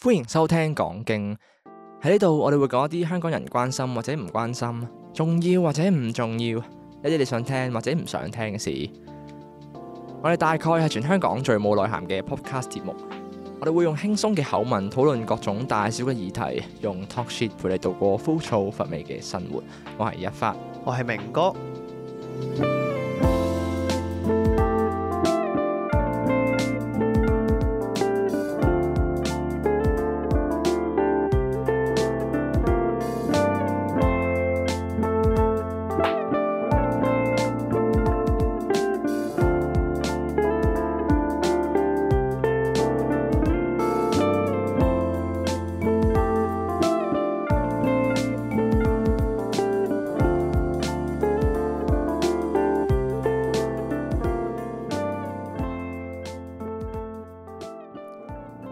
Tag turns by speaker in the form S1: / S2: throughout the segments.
S1: 歡迎收聽講經喺呢度，我哋會講一啲香港人關心或者唔關心，重要或者唔重要，一啲你想聽或者唔想聽嘅事。我哋大概係全香港最冇內涵嘅 podcast 節目，我哋會用輕鬆嘅口吻討論各種大小嘅議題，用 talk shit 陪你度過枯燥乏味嘅生活。我係一發，
S2: 我係明哥，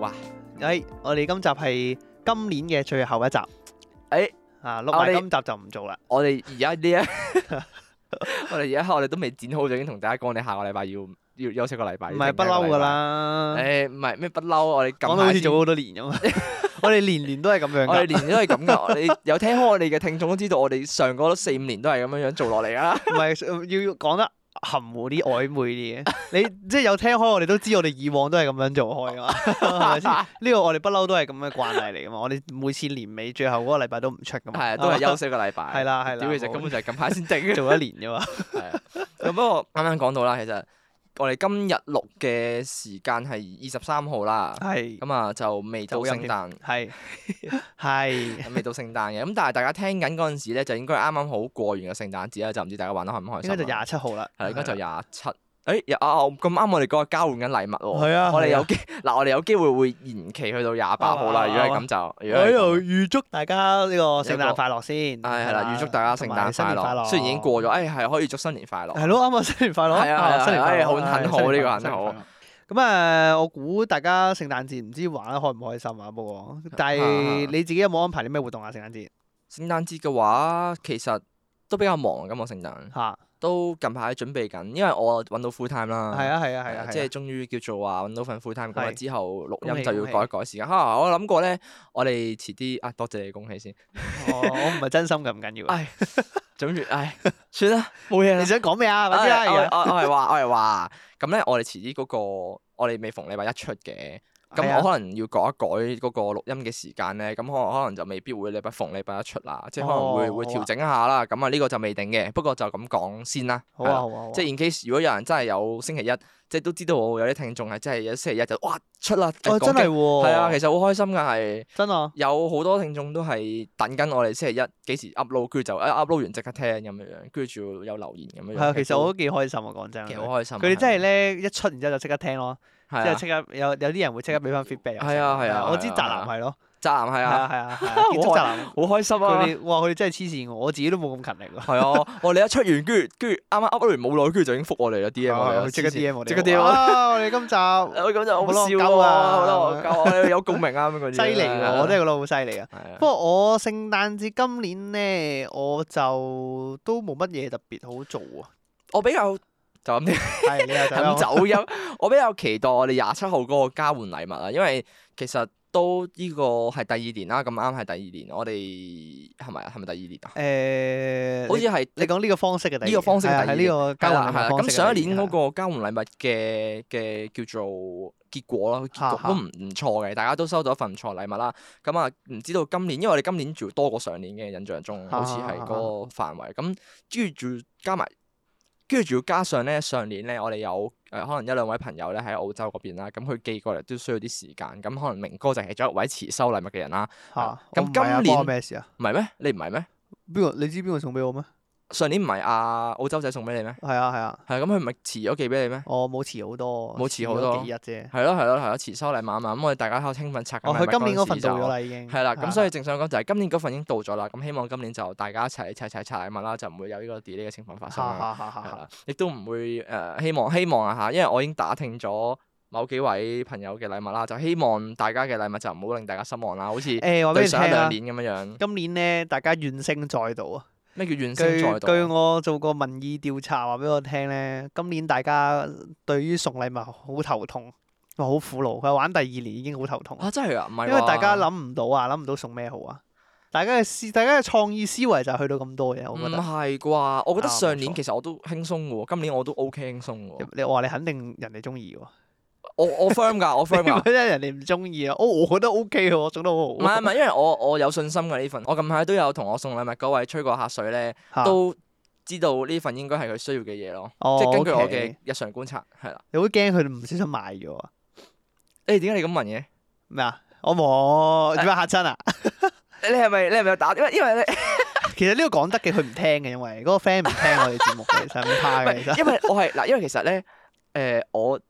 S1: 哇！
S2: 誒，哎我哋今集係今年嘅最後一集，
S1: 誒
S2: 啊，
S1: 哎
S2: 錄
S1: 我
S2: 埋
S1: 哋
S2: 今集就唔做啦，
S1: 我哋而家呢一， 我哋而家我哋都未剪好，就已經同大家講，我哋下個禮拜要要休息個禮拜。
S2: 唔係不嬲噶。
S1: 誒、
S2: 啦，
S1: 唔係咩不嬲，我哋
S2: 啊講
S1: 撳
S2: 到好
S1: 下
S2: 似
S1: 先
S2: 做好多年 咁啊，我哋年年都係咁樣
S1: 我哋
S2: 噶，
S1: 年年都係咁噶，你有聽 開我哋嘅聽眾都知道，我哋上嗰四五年都係咁樣樣做落嚟啦。
S2: 唔係要講得含糊啲、曖昧啲嘅，你即係有聽開我哋都知，我哋以往都係咁樣做開噶 嘛， 係咪先？呢個我哋不嬲都係咁嘅慣例嚟噶嘛，我哋每次年尾最後嗰個禮拜都唔出噶嘛，
S1: 係啊，都係休息個禮拜。
S2: 係啦係啦
S1: 屌，其實根本就係近排先整嘅。
S2: 做一年噶嘛，
S1: 係啊咁不過啱啱講到啦，其實我哋今日錄嘅時間係二十三號啦，
S2: 係
S1: 咁啊就未到
S2: 走音
S1: 聖
S2: 添
S1: 誕。
S2: 係係
S1: 未到聖誕嘅，咁但係大家聽緊嗰陣時咧，就應該啱啱好過完個聖誕節啦，就唔知大家玩得開唔開
S2: 應
S1: 心啦。啊
S2: 該就廿七號啦，啊
S1: 係啦，應該就廿七。誒又啊啊咁啱，我哋嗰日交換緊禮物喎。
S2: 係啊
S1: 我哋
S2: 係啊
S1: 有機 嗱，我哋有機會會延期去到廿八號啦。
S2: 啱啊
S1: 如果係咁就，如果
S2: 我
S1: 係
S2: 喺
S1: 咁
S2: 度預祝大家呢個聖誕快樂先。啊
S1: 唉係啦，預祝大家聖
S2: 同埋
S1: 誕
S2: 新年
S1: 快
S2: 快
S1: 樂。雖然已經。過咗，誒係可以祝新年快樂。
S2: 係咯，啱啊！新年快樂，
S1: 係啊係啊
S2: 新年快樂，
S1: 係啊好很好
S2: 新年
S1: 呢個很
S2: 快樂
S1: 好。
S2: 新年快樂咁誒，我估大家聖誕節唔知玩得開唔開心啊？不過，但係
S1: 啊
S2: 你自己有冇安排啲咩活動啊？聖誕節
S1: 聖誕節嘅話，其實都比較忙咁我聖誕，
S2: 嚇，
S1: 都近排準備緊，因為我揾到 full time 啦。
S2: 係啊係
S1: 係
S2: 啊係
S1: 啊
S2: 啊，，
S1: 即係終於叫做話揾到份 full time 咁啊！
S2: 係
S1: 之後錄
S2: 恭
S1: 音
S2: 喜
S1: 就要
S2: 恭喜
S1: 改一改時間。嚇，我諗過咧，我哋遲啲啊，多謝你恭喜先。
S2: 我我唔係真心嘅，唔緊要啊。
S1: 唉，準住 唉，算啦，冇嘢啦
S2: 你。想講咩啊？
S1: 我
S2: 快啲
S1: 係
S2: 啊！
S1: 哎我我係話我係話，咁咧我哋遲啲嗰個我哋未逢禮拜一出嘅，
S2: 係
S1: 咁
S2: 啊
S1: 我可能要改一改嗰個錄音嘅時間咧，咁可能可能就未必會禮拜逢禮拜一出啦，即係可能會
S2: 哦
S1: 會
S2: 好啊
S1: 調整一下啦。咁啊呢個就未定嘅，不過就咁講先啦。
S2: 好
S1: 係
S2: 啊
S1: 啦
S2: 好啊好啊，
S1: 即係 in case 如果有人真係有星期一，即係都知道我有啲聽眾係真係有星期一就哇出啦，
S2: 哦真係喎，
S1: 係啊，其實好開心㗎係。
S2: 真啊，
S1: 有好多聽眾都係等緊我哋星期一幾時 upload，跟住就一哎 upload 完即刻聽咁樣樣，跟住有留言咁樣樣。
S2: 係啊，其實我都幾開心啊，講真。
S1: 其實好開心啊。
S2: 佢哋真係咧一出然之後就即刻聽咯。
S1: 係
S2: 即係
S1: 啊
S2: 即刻有有啲人會即刻俾翻 feedback 又成。
S1: 係啊係啊
S2: 我
S1: 係
S2: 知
S1: 啊
S2: 宅男係咯，
S1: 宅男係
S2: 係
S1: 啊，
S2: 啊係啊 係啊，建築宅男
S1: 好開心
S2: 佢
S1: 啊！
S2: 哋哇佢哋真係黐線喎，我自己都冇咁勤力喎。
S1: 係啊，我哋一出完，跟住跟住啱啱 upload 完冇耐，跟住就已經覆我哋啦 D M 我哋啦，啊
S2: 哦佢即刻
S1: 黐線
S2: DM 我哋，
S1: 即刻 D M 我哋。哎
S2: 啊！我哋今集
S1: 咁就好笑
S2: 好戇鳩
S1: 喎，
S2: 啊
S1: 好多戇鳩啊，有共鳴啊咁 嗰啲。
S2: 犀利喎，我真係覺得好犀利啊！
S1: 係啊
S2: 不。過我聖誕節今年咧，我就都冇乜嘢特別好做 啊。
S1: 我比較就咁啲
S2: 係你又走啦
S1: 飲酒飲，我比較期待我哋廿七號嗰個交換禮物啊，因為其實都呢個係第二年啦，咁啱係第二年，我哋係咪啊？係咪第二年啊？
S2: 誒，
S1: 好似
S2: 你
S1: 係
S2: 你講呢個方式嘅第二
S1: 呢個方式嘅
S2: 係啊
S1: 第二
S2: 係呢個交
S1: 係啦
S2: 換禮物
S1: 係啦，
S2: 方
S1: 咁
S2: 式嘅
S1: 上
S2: 第
S1: 一
S2: 二
S1: 年嗰
S2: 係
S1: 個交換禮物嘅嘅叫做結果啦，結
S2: 哈
S1: 果
S2: 哈
S1: 都唔唔錯嘅，大家都收到一份唔錯禮物啦。咁啊，唔知道今年，因為我哋今年仲要多過上年嘅印象中，好似係嗰個範圍。咁跟住仲加埋，跟住仲要加上咧，上年咧我哋有誒、呃可能一兩位朋友咧喺澳洲嗰邊啦，咁佢寄過嚟都需要啲時間。咁可能明哥就係其中一位遲收禮物嘅人啦，
S2: 嚇
S1: 咁
S2: 我唔係啊
S1: 今年
S2: 關我咩事啊？
S1: 唔係咩？你唔係咩？
S2: 邊個你知邊個送俾我咩？
S1: 上年唔係啊澳洲仔送俾你咩？
S2: 係啊係啊。
S1: 係咁，佢唔係遲咗寄俾你咩？
S2: 我冇遲好多，
S1: 冇遲好
S2: 咗
S1: 多
S2: 幾日啫。
S1: 係咯係咯係咯，遲收禮物啊嘛，咁我哋大家喺度興奮拆緊
S2: 哦，
S1: 禮物
S2: 佢今年嗰份
S1: 陣時
S2: 到咗
S1: 就。
S2: 啦，已經啊
S1: 係啦，咁所以
S2: 以
S1: 正想講就係今年嗰份已經到咗啦，咁希望今年就大家一齊砌砌拆禮物啦，就唔會有呢個 delay 嘅情況發生
S2: 嚇
S1: 啦，
S2: 嚇嚇
S1: 係
S2: 嚇嚇
S1: 啦，亦都唔會誒、呃希望希望啊嚇，因為我已經打聽咗某幾位朋友嘅禮物啦，就希望大家嘅禮物就唔好令大家失望啦，好似
S2: 誒話俾
S1: 對
S2: 你
S1: 上一
S2: 聽
S1: 兩
S2: 啊，
S1: 年咁樣樣，
S2: 今年咧大家怨聲載道啊。
S1: 咩叫怨聲
S2: 據
S1: 載
S2: 據
S1: 道啊？
S2: 我做過民意調查話俾我聽咧，今年大家對於送禮物好頭痛。話好苦惱。佢話玩第二年已經好頭痛，
S1: 啊，真係啊，唔係
S2: 因為大家
S1: 諗，
S2: 諗唔到啊，諗唔到送咩好啊。大家嘅思，大家嘅創意思維就係去到咁多嘢，
S1: 唔
S2: 我覺得。
S1: 係啩？我覺得
S2: 啊冇
S1: 上年
S2: 錯
S1: 其實我都輕鬆嘅喎，今年我都 OK 輕鬆喎。
S2: 你我話你肯定人哋中意喎，
S1: 我我 firm 㗎，我
S2: 你
S1: firm 㗎。
S2: 覺得人哋唔中意啊？哦，我覺得 O K 喎，我做得好好。
S1: 唔係唔係，因為我我有信心㗎呢份。我近排都有同我送禮物嗰位吹過客水咧，
S2: 嚇
S1: 都知道呢份應該係佢需要嘅嘢咯。
S2: 哦
S1: 即係根據我
S2: OK
S1: 嘅日常觀察，係啦。
S2: 你好驚佢唔小心買咗啊？
S1: 誒點解你咁問嘅？
S2: 咩啊？我冇，點解嚇親啊？
S1: 你係咪你係咪有打？因為因為咧，
S2: 其實呢個講得嘅，佢唔聽嘅，因為嗰個 friend 唔聽我哋節目嘅，其實唔 怕
S1: 唔
S2: 嘅，其
S1: 係
S2: 實。
S1: 因為我係嗱，因為其實咧，誒、我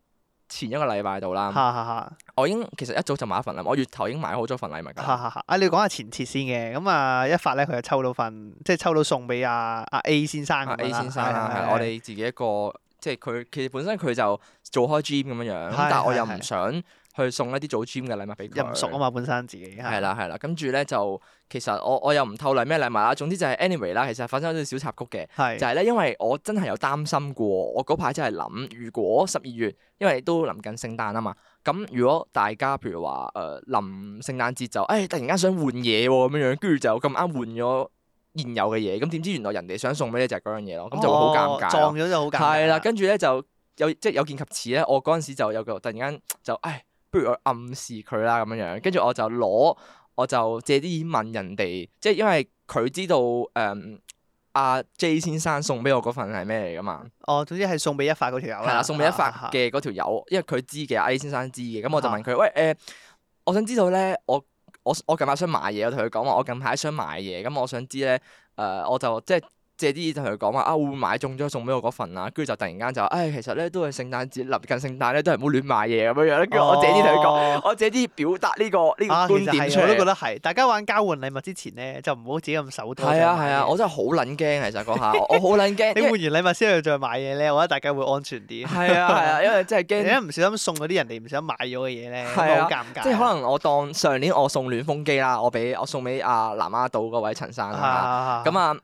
S1: 前一個禮拜度
S2: 嚇
S1: 啦，
S2: 嚇嚇
S1: 我已經其實一早就買咗份禮物，我月頭已經買好咗份禮物㗎啦。
S2: 嚇嚇嚇！啊，你要講下前設先嘅，咁啊一發咧佢就抽到份，即係抽到送俾阿阿 A 先生
S1: 啊
S2: 咁樣
S1: A
S2: 啦
S1: 先生
S2: 係
S1: 啦，
S2: 係
S1: 係啦我哋自己一個，即係佢其實本身佢就做開 gym 咁樣樣，咁
S2: 係
S1: 但係我
S2: 係
S1: 又唔
S2: 係
S1: 想去送一啲做 gym 嘅禮物俾佢。
S2: 又唔熟啊嘛，本身自己
S1: 係
S2: 係
S1: 啦係啦，跟住咧就其實我我又唔透露咩禮物啦，總之就係 anyway 啦，其實發生咗啲小插曲嘅，
S2: 係
S1: 就係咧，因為我真係有擔心過，我嗰排真係諗，如果十二月，因為都臨近聖誕啊嘛，咁如果大家譬如話誒臨聖誕節就，誒、哎突然間想換嘢喎咁樣樣，跟住就咁啱換咗現有嘅嘢，咁點知原來人哋想送俾你就係嗰樣嘢咯，咁就會好尷
S2: 哦
S1: 尬
S2: 撞
S1: 咯。
S2: 咗就好尷尬。
S1: 係啦、跟住咧就有即係有見及此咧，我嗰陣時就有個突然間就，唉，不如我暗示佢啦咁樣樣，跟住我就攞我就借啲意問人哋，即係因為佢知道誒。嗯阿 J 先生送俾我嗰份係咩嚟噶嘛？
S2: 哦，總之係送俾一發嗰條友
S1: 係
S2: 啦，
S1: 啦，送俾一發
S2: 嚇。嚇嚇
S1: 嘅嗰條友，因為佢知嘅，A 先生知嘅，咁我就
S2: 啊
S1: 問佢：喂，誒、我想知道咧，我我我近排想買嘢，我同佢講話，我近排想買嘢，咁我想知咧，誒、我就即係借啲意同佢講話啊，會唔會買中咗送俾我嗰份啊？跟住就突然間就，唉、其實咧都係聖誕節臨近聖誕咧，都係唔好亂買嘢咁樣樣。跟住我借啲同佢講，
S2: 哦
S1: 我借啲表達呢、個呢、
S2: 啊，
S1: 個
S2: 其
S1: 觀
S2: 實
S1: 點
S2: 係
S1: 出
S2: 我都覺
S1: 嚟。
S2: 得係。大家玩交換禮物之前咧，就唔好自己咁手多。
S1: 係啊係啊，我真係好撚驚，其實嗰下我我好撚 驚，
S2: 你
S1: 因
S2: 換
S1: 為
S2: 完禮物先去再買嘢咧，我覺得大家會安全啲。
S1: 係啊係啊，因為真係
S2: 你
S1: 驚
S2: 一唔小心送嗰啲人哋唔小心買咗嘅嘢咧，
S1: 係啊
S2: 好尷尬。
S1: 即係可能我當上年我送暖風機啦，我俾我送俾阿南丫島嗰位陳生啦。
S2: 啊
S1: 咁啊，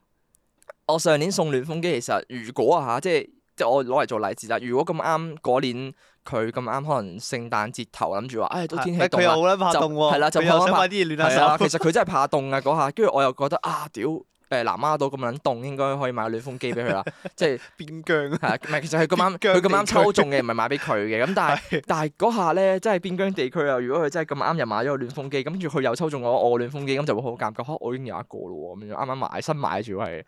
S1: 我上年送暖風機，其實如果啊嚇，即係即係我攞嚟做例子啦。如果咁啱嗰年佢咁啱可能聖誕節頭諗住話，唉都天氣
S2: 啊但佢
S1: 凍
S2: 又
S1: 啦
S2: 好，撚怕
S1: 就
S2: 凍喎，
S1: 係啦就
S2: 佢又
S1: 怕
S2: 想買啲嘢暖
S1: 係啊，
S2: 下
S1: 其
S2: 手。
S1: 實佢真係怕凍啊嗰下。跟住我又覺得啊屌，誒南丫島咁撚凍，應該可以買個暖風機俾佢啦。即係
S2: 邊疆
S1: 係啊，唔係其實佢咁啱
S2: 邊
S1: 佢
S2: 疆
S1: 咁啱
S2: 地區
S1: 抽中嘅，唔係買俾佢嘅。咁但係但係嗰下咧，真係邊疆地區啊！如果佢真係咁啱又買咗個暖風機，咁跟住佢又抽中我我暖風機，咁就會好尷尬。嚇，我已經有一個咯喎，咁樣啱啱買新買住係，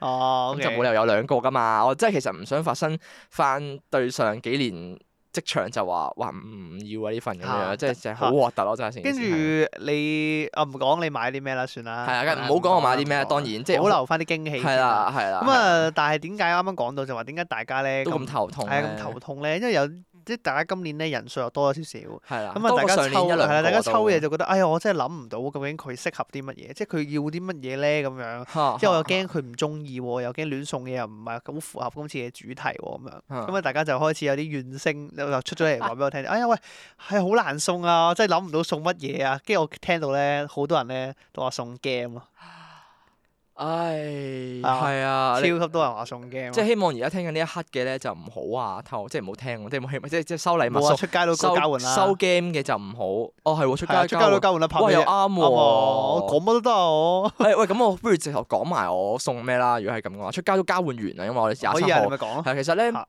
S1: 咁
S2: 哦，OK
S1: 就冇理由有兩個噶嘛。我真係其實唔想發生翻對上幾年職場就話話唔要啊呢份咁樣，
S2: 嚇
S1: 即係就係好核突咯，真係成件
S2: 跟住
S1: 事係。啊
S2: 你啊我唔講你買啲咩啦，算啦。
S1: 係啊
S2: 係
S1: 梗係唔好講我買啲咩
S2: 唔講
S1: 當然即係
S2: 好留翻啲驚喜。
S1: 係。啦係啦，
S2: 咁啊，但係點解啱啱講到就話點解大家咧
S1: 都咁頭痛
S2: 係啊咁
S1: 咧
S2: 頭痛咧？因為有即係大家今年咧人數又多咗少少。
S1: 係啦，
S2: 咁啊，
S1: 多過
S2: 大家
S1: 上
S2: 抽
S1: 年一
S2: 係
S1: 兩
S2: 啦，大家
S1: 個都
S2: 抽嘢就覺得，哎呀，我真係諗唔到究竟佢適合啲乜嘢，即係佢要啲乜嘢咧咁樣。
S1: 嚇
S2: 即係我
S1: 嚇
S2: 又驚佢唔中意喎，又驚亂送嘢又唔係咁符合今次嘅主題喎咁樣。
S1: 嚇
S2: 咁啊，大家就開始有啲怨聲，就出咗嚟話俾我聽。哎呀喂，係好難送啊，真係諗唔到送乜嘢啊。跟住我聽到咧，好多人咧都話送 game 咯，
S1: 唉
S2: 啊
S1: 係啊
S2: 超
S1: 你
S2: 級多人話送 game 啊。
S1: 即係希望而家聽緊呢一刻嘅咧，就唔好話偷，即係唔好聽喎，即係唔好希，即係即係收禮
S2: 冇啊，
S1: 物
S2: 出街都
S1: 收
S2: 交換啦，
S1: 收 game 嘅就唔好。哦，係喎，出
S2: 係啊
S1: 街
S2: 出
S1: 交
S2: 街都
S1: 換，
S2: 交換啦，拍
S1: 哇
S2: 咩
S1: 又
S2: 啫
S1: 啱
S2: 啱喎，我
S1: 喎。
S2: 講乜都得啊我。
S1: 誒喂，咁我不如直頭講埋我送咩啦。如果係咁嘅話，出街都交換完啦，因為我哋
S2: 可
S1: 廿
S2: 以
S1: 七
S2: 啊，
S1: 號
S2: 你。咪講咯。
S1: 係其實咧
S2: 嚇，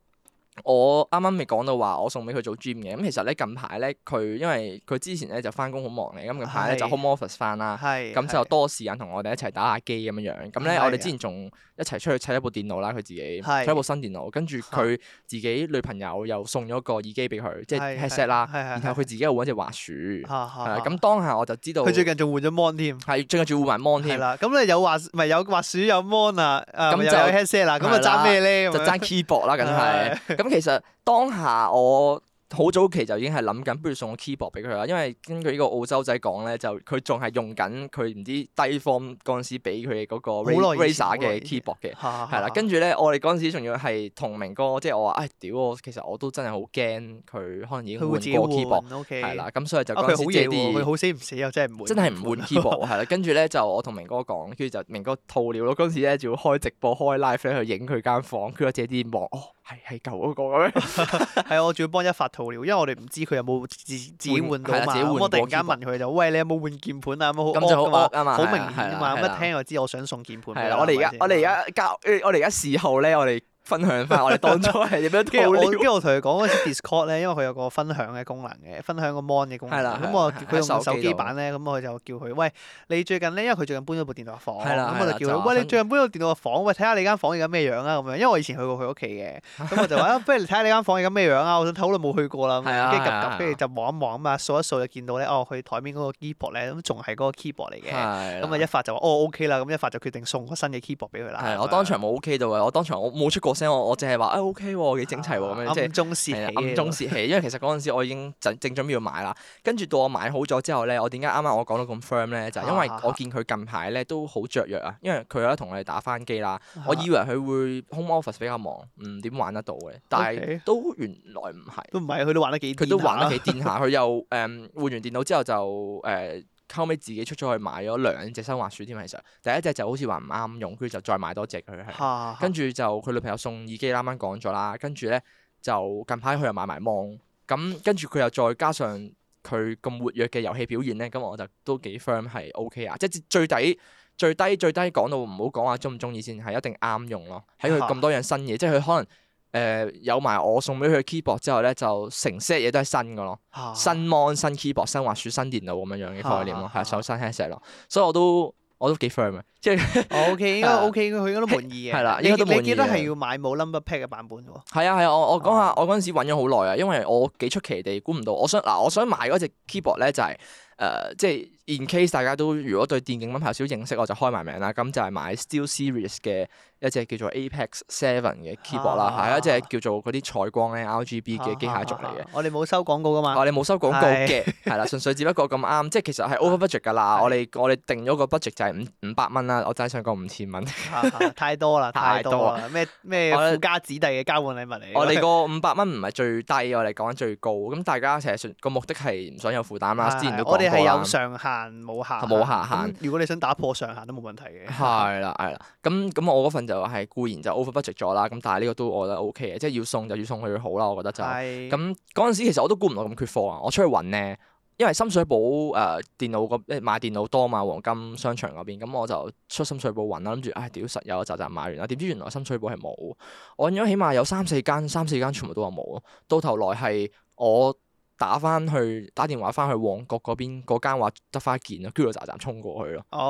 S1: 我啱啱咪講到話我送俾佢做 gym 嘅。咁其實咧近排咧，佢因為佢之前咧就翻工好忙嚟，咁近排咧就
S2: 係
S1: home office 翻啦。
S2: 係。
S1: 咁就
S2: 係
S1: 多時間同我哋一齊打下機咁樣樣。咁咧，
S2: 係
S1: 我哋
S2: 啊
S1: 之前仲一齊出去砌一部電腦啦，佢自己
S2: 係
S1: 砌一部新電腦，跟住佢自己女朋友又送咗個耳機俾佢，即係
S2: 係
S1: headset 啦。
S2: 係係
S1: 然後佢自己又揾只滑鼠，係
S2: 嚇嚇
S1: 啦。
S2: 嚇
S1: 咁當下我就知道
S2: 佢最近仲換咗 mon 添。
S1: 係最近仲要換埋 mon
S2: 係
S1: 添，
S2: 啦，咁你有滑唔係有滑鼠有 mon 啊，誒
S1: 咁
S2: 咪又
S1: 就
S2: 有 headset 啦，咁
S1: 係
S2: 啊
S1: 啦
S2: 爭咩咧？
S1: 就
S2: 咁樣
S1: 爭 keyboard 啦，梗係。咁其實當下我好早期就已經係諗緊，不如送個 keyboard 俾佢啦，因為根據呢個澳洲仔講咧，就佢仲係用緊佢唔知低 form 嗰陣時俾佢嘅嗰個
S2: 耐以
S1: Razer
S2: 前好耐
S1: 嘅
S2: 以前
S1: keyboard 嘅。
S2: 係
S1: 係啦，跟住咧，我哋嗰陣時仲要係同明哥，即係我話，唉，哎屌我其實我都真係好驚佢可能已經
S2: 佢會自己
S1: 換哦過 keyboard，
S2: 換，OK，
S1: 係啦，咁所以就
S2: 啊，佢
S1: 嗰陣
S2: 好
S1: 時
S2: 嘢
S1: 借
S2: 喎，佢
S1: 啲。
S2: 好死唔死又真係唔換，
S1: 真係 唔 換 keyboard 係啦，跟住咧就我同明哥講，跟住就明哥套料咯。嗰陣時咧仲要開直播開 live 咧去影佢間房，佢又借啲望，哦係係舊嗰個咁樣，
S2: 係我仲要幫一發套料，因為我哋唔知佢有冇自自己
S1: 換
S2: 換到
S1: 係啦
S2: 嘛。
S1: 自己換
S2: 咁我突然
S1: 過
S2: 間問佢就：喂，你有冇換鍵盤啊？咁好
S1: 咁就
S2: 惡㗎嘛
S1: 好惡啊嘛
S2: 好
S1: 係
S2: 明
S1: 啦
S2: 顯㗎
S1: 係啦
S2: 嘛。
S1: 係
S2: 咁
S1: 啦
S2: 一聽就知我想送鍵盤俾
S1: 係
S2: 佢
S1: 啦。
S2: 啦。
S1: 我哋而
S2: 係咪
S1: 家
S2: 先
S1: 我哋而家教，誒我哋而家事後咧，我哋分享翻我哋當初係點樣
S2: 跟住
S1: 套
S2: 我，
S1: 料
S2: 跟。住我同佢講嗰時 Discord 咧，因為佢有個分享嘅功能嘅，分享個 mon 嘅功能。
S1: 係啦
S2: 咁
S1: 係
S2: 我
S1: 啦
S2: 佢
S1: 喺
S2: 用
S1: 手
S2: 手
S1: 機
S2: 機
S1: 度
S2: 版咧，咁我就叫佢：喂，你最近咧，因為佢最近搬咗部電腦房，
S1: 係啦
S2: 咁我
S1: 係啦
S2: 就
S1: 就
S2: 叫
S1: 話
S2: 佢：喂，
S1: 分
S2: 你最近搬咗部電腦房，喂，睇下你間房而家咩樣啊？咁樣，因為我以前去過佢屋 企嘅，咁我就話：啊不如你睇下你間房而家咩樣啊？我想好耐冇去過啦。
S1: 係啊
S2: 咁樣跟住
S1: 係啊
S2: 及及，跟住就望一望啊嘛，掃一掃就見到咧，哦，佢台面嗰個 keyboard 咧，咁仲係嗰個 keyboard 嚟嘅。
S1: 係
S2: 咁啊，一發就話：哦，OK 啦，咁一發就決定送個新嘅 keyboard 俾佢啦。
S1: 係，我
S2: 咁樣
S1: 當場冇 OK 到啊嘅，我當場我冇出過聲，我我淨係話啊 OK 喎，幾整齊喎咁樣，即係
S2: 暗中泄啊
S1: 係啦
S2: 氣，
S1: 暗中泄氣。因為其實嗰陣時我已經正正準備要買啦，跟住到我買好咗之後咧，我點解啱啱我講到咁 firm 咧，就係因
S2: 啊
S1: 為我見佢近排咧都好雀躍啊，因為佢咧同我哋打翻機啦，我
S2: 啊
S1: 以為佢會 home office 比較忙，唔點玩得到嘅，但係
S2: OK
S1: 都原來唔係。
S2: 都唔係，佢都玩得幾癲啊
S1: 佢都玩
S2: 下
S1: 得幾癲下，佢又誒、換完電腦之後就誒、後尾自己出咗去買咗兩隻新滑鼠添，其實第一隻就好似話唔啱用，跟住就再買多隻佢係，
S2: 嚇
S1: 跟住就佢女朋友送耳機啦，啱啱講咗啦，跟住咧就近排佢又買埋 mon，咁跟住佢又再加上佢咁活躍嘅遊戲表現咧，咁我就都幾 firm 係 OK 啊，即係最底。最低最低講到唔好講話中唔中意先，係一定啱用咯。喺佢
S2: 啊
S1: 咁多樣新嘢，即係佢可能誒、呃有埋我送俾佢嘅 keyboard 之後咧，就成 set 嘢都係新嘅咯。
S2: 嚇
S1: 新 mon、新 keyboard、新滑鼠、新電腦咁樣樣嘅概念咯，
S2: 啊啊
S1: 係手新 headset 咯，所以我都我都幾 firm 嘅，即係
S2: 哦 OK，應 該
S1: 係啊
S2: OK，佢應該都滿意嘅。
S1: 係啦
S2: 你
S1: 應該都滿意
S2: 你記得
S1: 嘅
S2: 係要買冇 number pack 嘅版本喎。
S1: 係啊係啊，我我講下
S2: 啊
S1: 我嗰陣時揾咗好耐啊，因為我幾出奇地估唔到，我想嗱我想買嗰隻 keyboard 咧就係、誒、即係 in case 大家都如果對電競品牌有少少認識，我就開埋名啦。咁就係買 SteelSeries 嘅一隻叫做 Apex Seven 嘅 keyboard 啦，係、
S2: 啊
S1: 一隻叫做嗰啲採光咧 RGB 嘅機械族嚟嘅
S2: 啊。。我哋冇收廣告噶嘛。
S1: 我哋冇收廣告嘅，係啦，純粹只不過咁啱，即係其實係 over budget 㗎啦。
S2: 係
S1: 我哋我哋定咗個 budget 就係五五百蚊啦，我真係想講五千蚊。
S2: 啊啊太 多啦，
S1: 太
S2: 太
S1: 多
S2: 多啦。咩咩
S1: 我哋
S2: 富家子弟嘅交換禮物嚟。
S1: 我 哋個五百蚊唔係最低，我哋講緊最高。咁大家其實個目的係唔想有負擔啦，之前都
S2: 我哋
S1: 講過
S2: 係有
S1: 啦。
S2: 上限冇下
S1: 係冇下限。
S2: 咁如果你想打破上限都冇問題嘅。
S1: 係啦，係啦，咁咁我嗰份就係固然就 over budget 咗啦，咁但係呢個都我覺得 OK 嘅，即係要送就要送佢好啦，我覺得就
S2: 係。
S1: 咁嗰陣時其實我都估唔到咁缺貨啊！我出去揾咧，因為深水埗誒、呃、電腦個誒買電腦多嘛，黃金商場嗰邊，咁我就出深水埗揾啦，諗住唉屌實有就就買完啦，點知原來深水埗係冇，我揾咗起碼有三四間，三四間全部都話冇咯，到頭來係我。打翻去打電話翻去旺角嗰邊嗰間話得翻一件咯，跟住就站衝過去咯，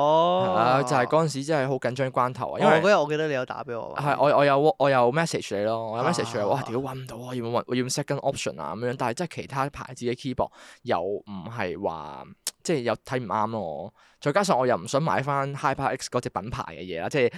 S1: 係啊
S2: 哦。
S1: 就係嗰陣時真係好緊張關頭啊，因
S2: 哦。
S1: 為
S2: 我嗰日我記得你有打俾我。
S1: 係，。我我有我有 message 你咯，我有 message 你，
S2: 嗯啊
S1: 哇屌揾唔到啊，要揾我要 second option 啊咁樣，但係即係其他牌子嘅 keyboard 又唔係話即係又睇唔啱咯，再加上我又唔想買翻 HyperX 嗰只品牌嘅嘢啦，即係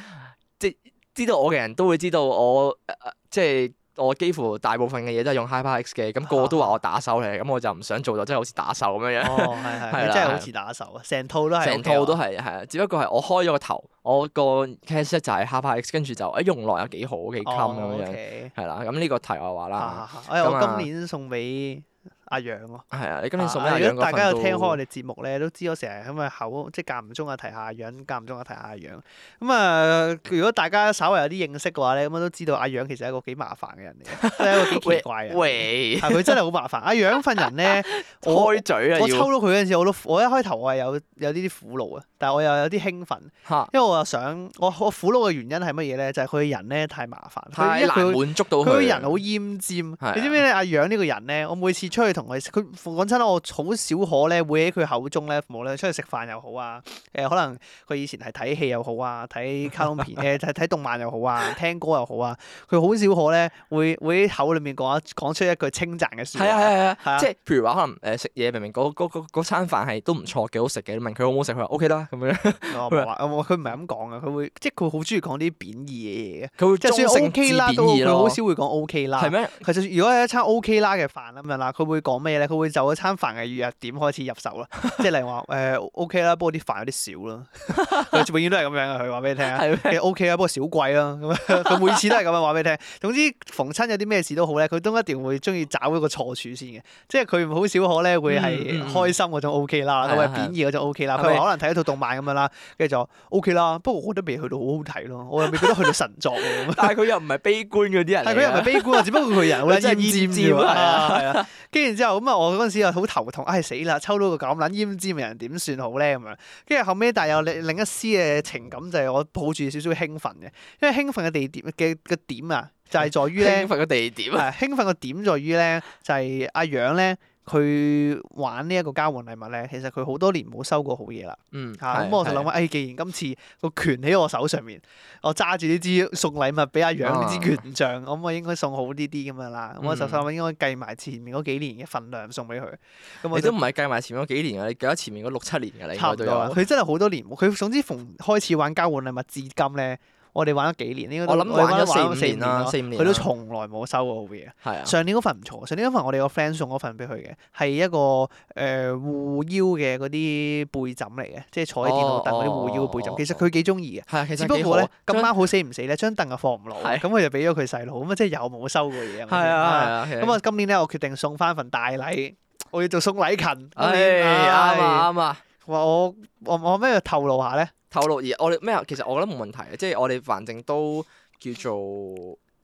S1: 即係知道我嘅人都會知道我、呃呃即係。我幾乎大部分嘅嘢都係用 HyperX 嘅，咁個個都話我打手嚟，咁我就唔想做到真係好似打手咁樣樣。
S2: 哦，係
S1: 係
S2: 係，
S1: 啦
S2: 你真係
S1: 係
S2: 好似打手啊！成套都係。
S1: 成套都。係係啊，只不過係我開咗個頭，我個 case 就係 HyperX，跟住就誒用落又幾好幾襟
S2: 哦
S1: 咁樣。
S2: ，OK。
S1: 係啦，咁呢個題外話啦，
S2: 啊！哎，
S1: 咁啊
S2: 我今年送俾阿楊喎。
S1: 係啊，你今年送俾
S2: 啊
S1: 阿楊
S2: 如果大家有
S1: 聽
S2: 聽開我哋節目咧，都知我成日咁嘅口，即係間唔中啊提下阿楊，間唔中啊提下阿楊。咁啊，如果大家稍為有啲認識嘅話咧，咁都知道阿楊其實係一個幾麻煩嘅人嚟嘅，即係一個幾奇怪嘅啊人。
S1: 喂
S2: 係佢真係好麻煩。阿楊份人咧，我
S1: 開嘴啊
S2: 我抽
S1: 要
S2: 到佢嗰陣時，我都我一開頭我係有有呢啲苦惱啊，但係我又有啲興奮，
S1: 嚇，
S2: 因為我又想我我苦惱嘅原因係乜嘢咧？就係佢嘅人咧太麻煩，佢
S1: 太
S2: 因為佢
S1: 難滿足到
S2: 佢個
S1: 佢
S2: 人好奄尖，
S1: 啊
S2: 你知唔知咧？阿楊呢個人咧，我每次出去同佢，佢講真啦，我好少可咧會喺佢口中咧，無論出去食飯又好啊，誒、可能佢以前係睇戲又好啊， 睇卡通片誒睇睇動漫又好啊，聽歌又好啊，佢好少可咧會會喺口裏面講一講出一句稱讚嘅説話。
S1: 係啊係啊係
S2: 係
S1: 啊，
S2: 啊
S1: 即係譬如話可能誒食嘢明明嗰嗰嗰嗰餐飯係都唔錯幾好食嘅，你問佢好唔好食，佢話 OK 啦咁樣，
S2: 我唔話我佢唔係咁講嘅，啊佢會即係佢好中意講啲貶義嘅嘢嘅，
S1: 佢會
S2: 即
S1: 中
S2: 係
S1: 性
S2: 算
S1: 至
S2: OK 啦，
S1: 貶
S2: 都
S1: 義
S2: 佢好
S1: 咯，
S2: 少會講 OK 啦
S1: 係。咩？
S2: 其實如果係一餐 OK 啦嘅飯咁樣啦，佢會講講咩咧？佢會就嗰餐飯嘅預約點開始入手啦， 即係例如話誒 O K 啦，不過啲飯有 啲少啦，佢永遠都係咁樣嘅。佢話俾你聽啊，
S1: 係
S2: 其實 O K 啦，不過少貴啦，咁樣 佢每次都係咁樣話俾你聽。總之逢親有啲咩事都好咧，佢都一定會中意找一個錯處先嘅，即係佢好少可咧會係
S1: 嗯嗯嗯
S2: 開心嗰種 O K
S1: 係
S2: 啦，
S1: 啊
S2: 咁係
S1: 係啊
S2: 貶義嗰種 O K 啦。
S1: 係
S2: 佢
S1: 咪
S2: 話可能睇一套動漫咁樣啦，跟住就 O K 啦，不過我覺得未去到好好睇咯，我又未覺得去到神作喎咁樣。
S1: 但係佢又唔係悲觀嗰啲人嚟
S2: 係
S1: 㗎，
S2: 佢又唔係悲觀啊，只不過佢人好撚
S1: 佢 真係
S2: 奄
S1: 奄
S2: 尖啫
S1: 尖
S2: 喎，
S1: 啊
S2: 係啊係啊。跟住然之後咁啊，我嗰陣時又好頭痛，唉死啦，抽到個咁撚奄尖嘅人點算好咧咁樣。跟住後尾，但係有另另一絲嘅情感就係我抱住少少興奮嘅，因為興奮嘅地點嘅嘅點啊，就係在 於咧
S1: 興，奮嘅地點啊，
S2: 係興奮嘅點在於咧，就係阿楊咧。佢玩呢一個交換禮物咧，其實佢好多年冇收過好嘢啦
S1: 嗯，
S2: 嚇，咁、
S1: 係
S2: 我就
S1: 係
S2: 諗翻，誒，既然今次個權喺我手上面，我揸住呢支送禮物俾阿楊呢支權杖，咁我應該送好呢啲咁樣啦。咁我就
S1: 啊嗯
S2: 心諗應該計埋前面嗰幾年嘅份量送俾佢。咁我
S1: 你
S2: 就
S1: 都唔係計埋前面嗰幾年啊，你計咗前面嗰六七年㗎啦，應
S2: 差唔
S1: 該都
S2: 多啊啦。
S1: 有。啊
S2: 佢真係好多年冇，佢總之逢開始玩交換禮物至今咧，我哋玩咗幾年，應該都
S1: 我諗
S2: 哋
S1: 玩咗
S2: 玩
S1: 四五年啦，四五年啦。
S2: 佢都從來冇收過好嘢。
S1: 係啊，
S2: 上年嗰份唔錯，上年嗰份我哋個 friend 送嗰份俾佢嘅，係一個誒、呃護腰嘅嗰啲背枕嚟嘅，即係坐喺電腦凳嗰啲護腰背
S1: 哦
S2: 枕
S1: 哦。
S2: 其實佢幾中意嘅，
S1: 係啊，其
S2: 只
S1: 實
S2: 不
S1: 幾好
S2: 過咧
S1: 啊
S2: 咁
S1: 張
S2: 啱好死唔死咧，張凳又放唔落，
S1: 係
S2: 咁佢就俾咗佢細佬，咁啊即係又冇收過嘢。
S1: 係啊係。啊，其實
S2: 咁啊今年咧我決定送翻份大禮，我要做送禮勤。今
S1: 唉
S2: 年
S1: 啱
S2: 唉
S1: 啊啱啊。
S2: 話我我我咩透露下咧？
S1: 透露而我哋咩啊？其實我覺得冇問題嘅，即係我哋反正都叫做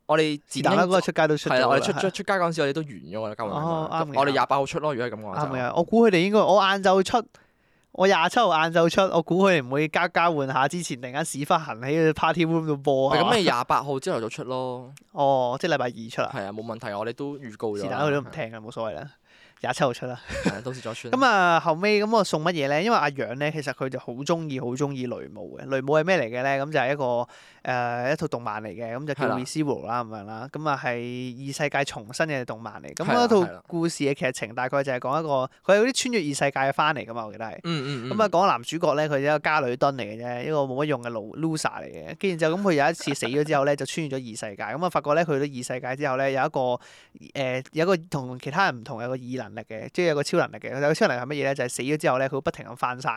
S1: 我哋
S2: 是但啦，嗰個出街都出咗
S1: 係啦，
S2: 啦。
S1: 我哋出
S2: 係
S1: 出出街嗰陣時，我哋都完咗㗎啦，交換
S2: 哦
S1: 禮
S2: 啱
S1: 物
S2: 嘅
S1: 我哋廿八號出咯，如果係咁講
S2: 啱
S1: 就
S2: 嘅，我估佢哋應該我晏晝出，我廿七號晏晝出，我估佢哋唔會交交換下之前突然間屎忽痕喺個 party room 度播
S1: 喂
S2: 啊。
S1: 咁你廿八號朝頭早出 咯，
S2: 哦，即係禮拜二出啦，
S1: 係啊，冇問題，我哋都預告咗
S2: 是
S1: 啦。
S2: 但佢都唔聽啦，冇所謂啦。廿七號出啦，
S1: 係啊，到時再算啦。
S2: 咁啊後尾咁我送乜嘢咧？因為阿楊咧其實佢就好中意好中意雷姆嘅，雷姆係咩嚟嘅咧？咁就係一個誒、一套動漫嚟嘅，咁就
S1: 係
S2: 叫
S1: 啦
S2: r e c e i v e r 啦咁樣啦，咁啊係異世界重生嘅動漫嚟，咁
S1: 係啦
S2: 嗰
S1: 係
S2: 套
S1: 啦
S2: 故事嘅劇情大概就係講一個佢係嗰啲穿越異世界翻嚟噶嘛，我記得係。
S1: 嗯嗯
S2: 咁啊，講男主角咧，佢係一個家裏蹲嚟嘅啫，一個冇乜用嘅老 loser 嚟嘅。跟住就咁，佢有一次死咗之後咧，就穿越咗異世界。咁啊，發覺咧，去到異世界之後咧，有一個誒、呃有一個同其他人唔同，有個異能力嘅，即係有個超能力嘅。有個超能力係乜嘢咧？就係、死咗之後咧，佢會不停咁翻生。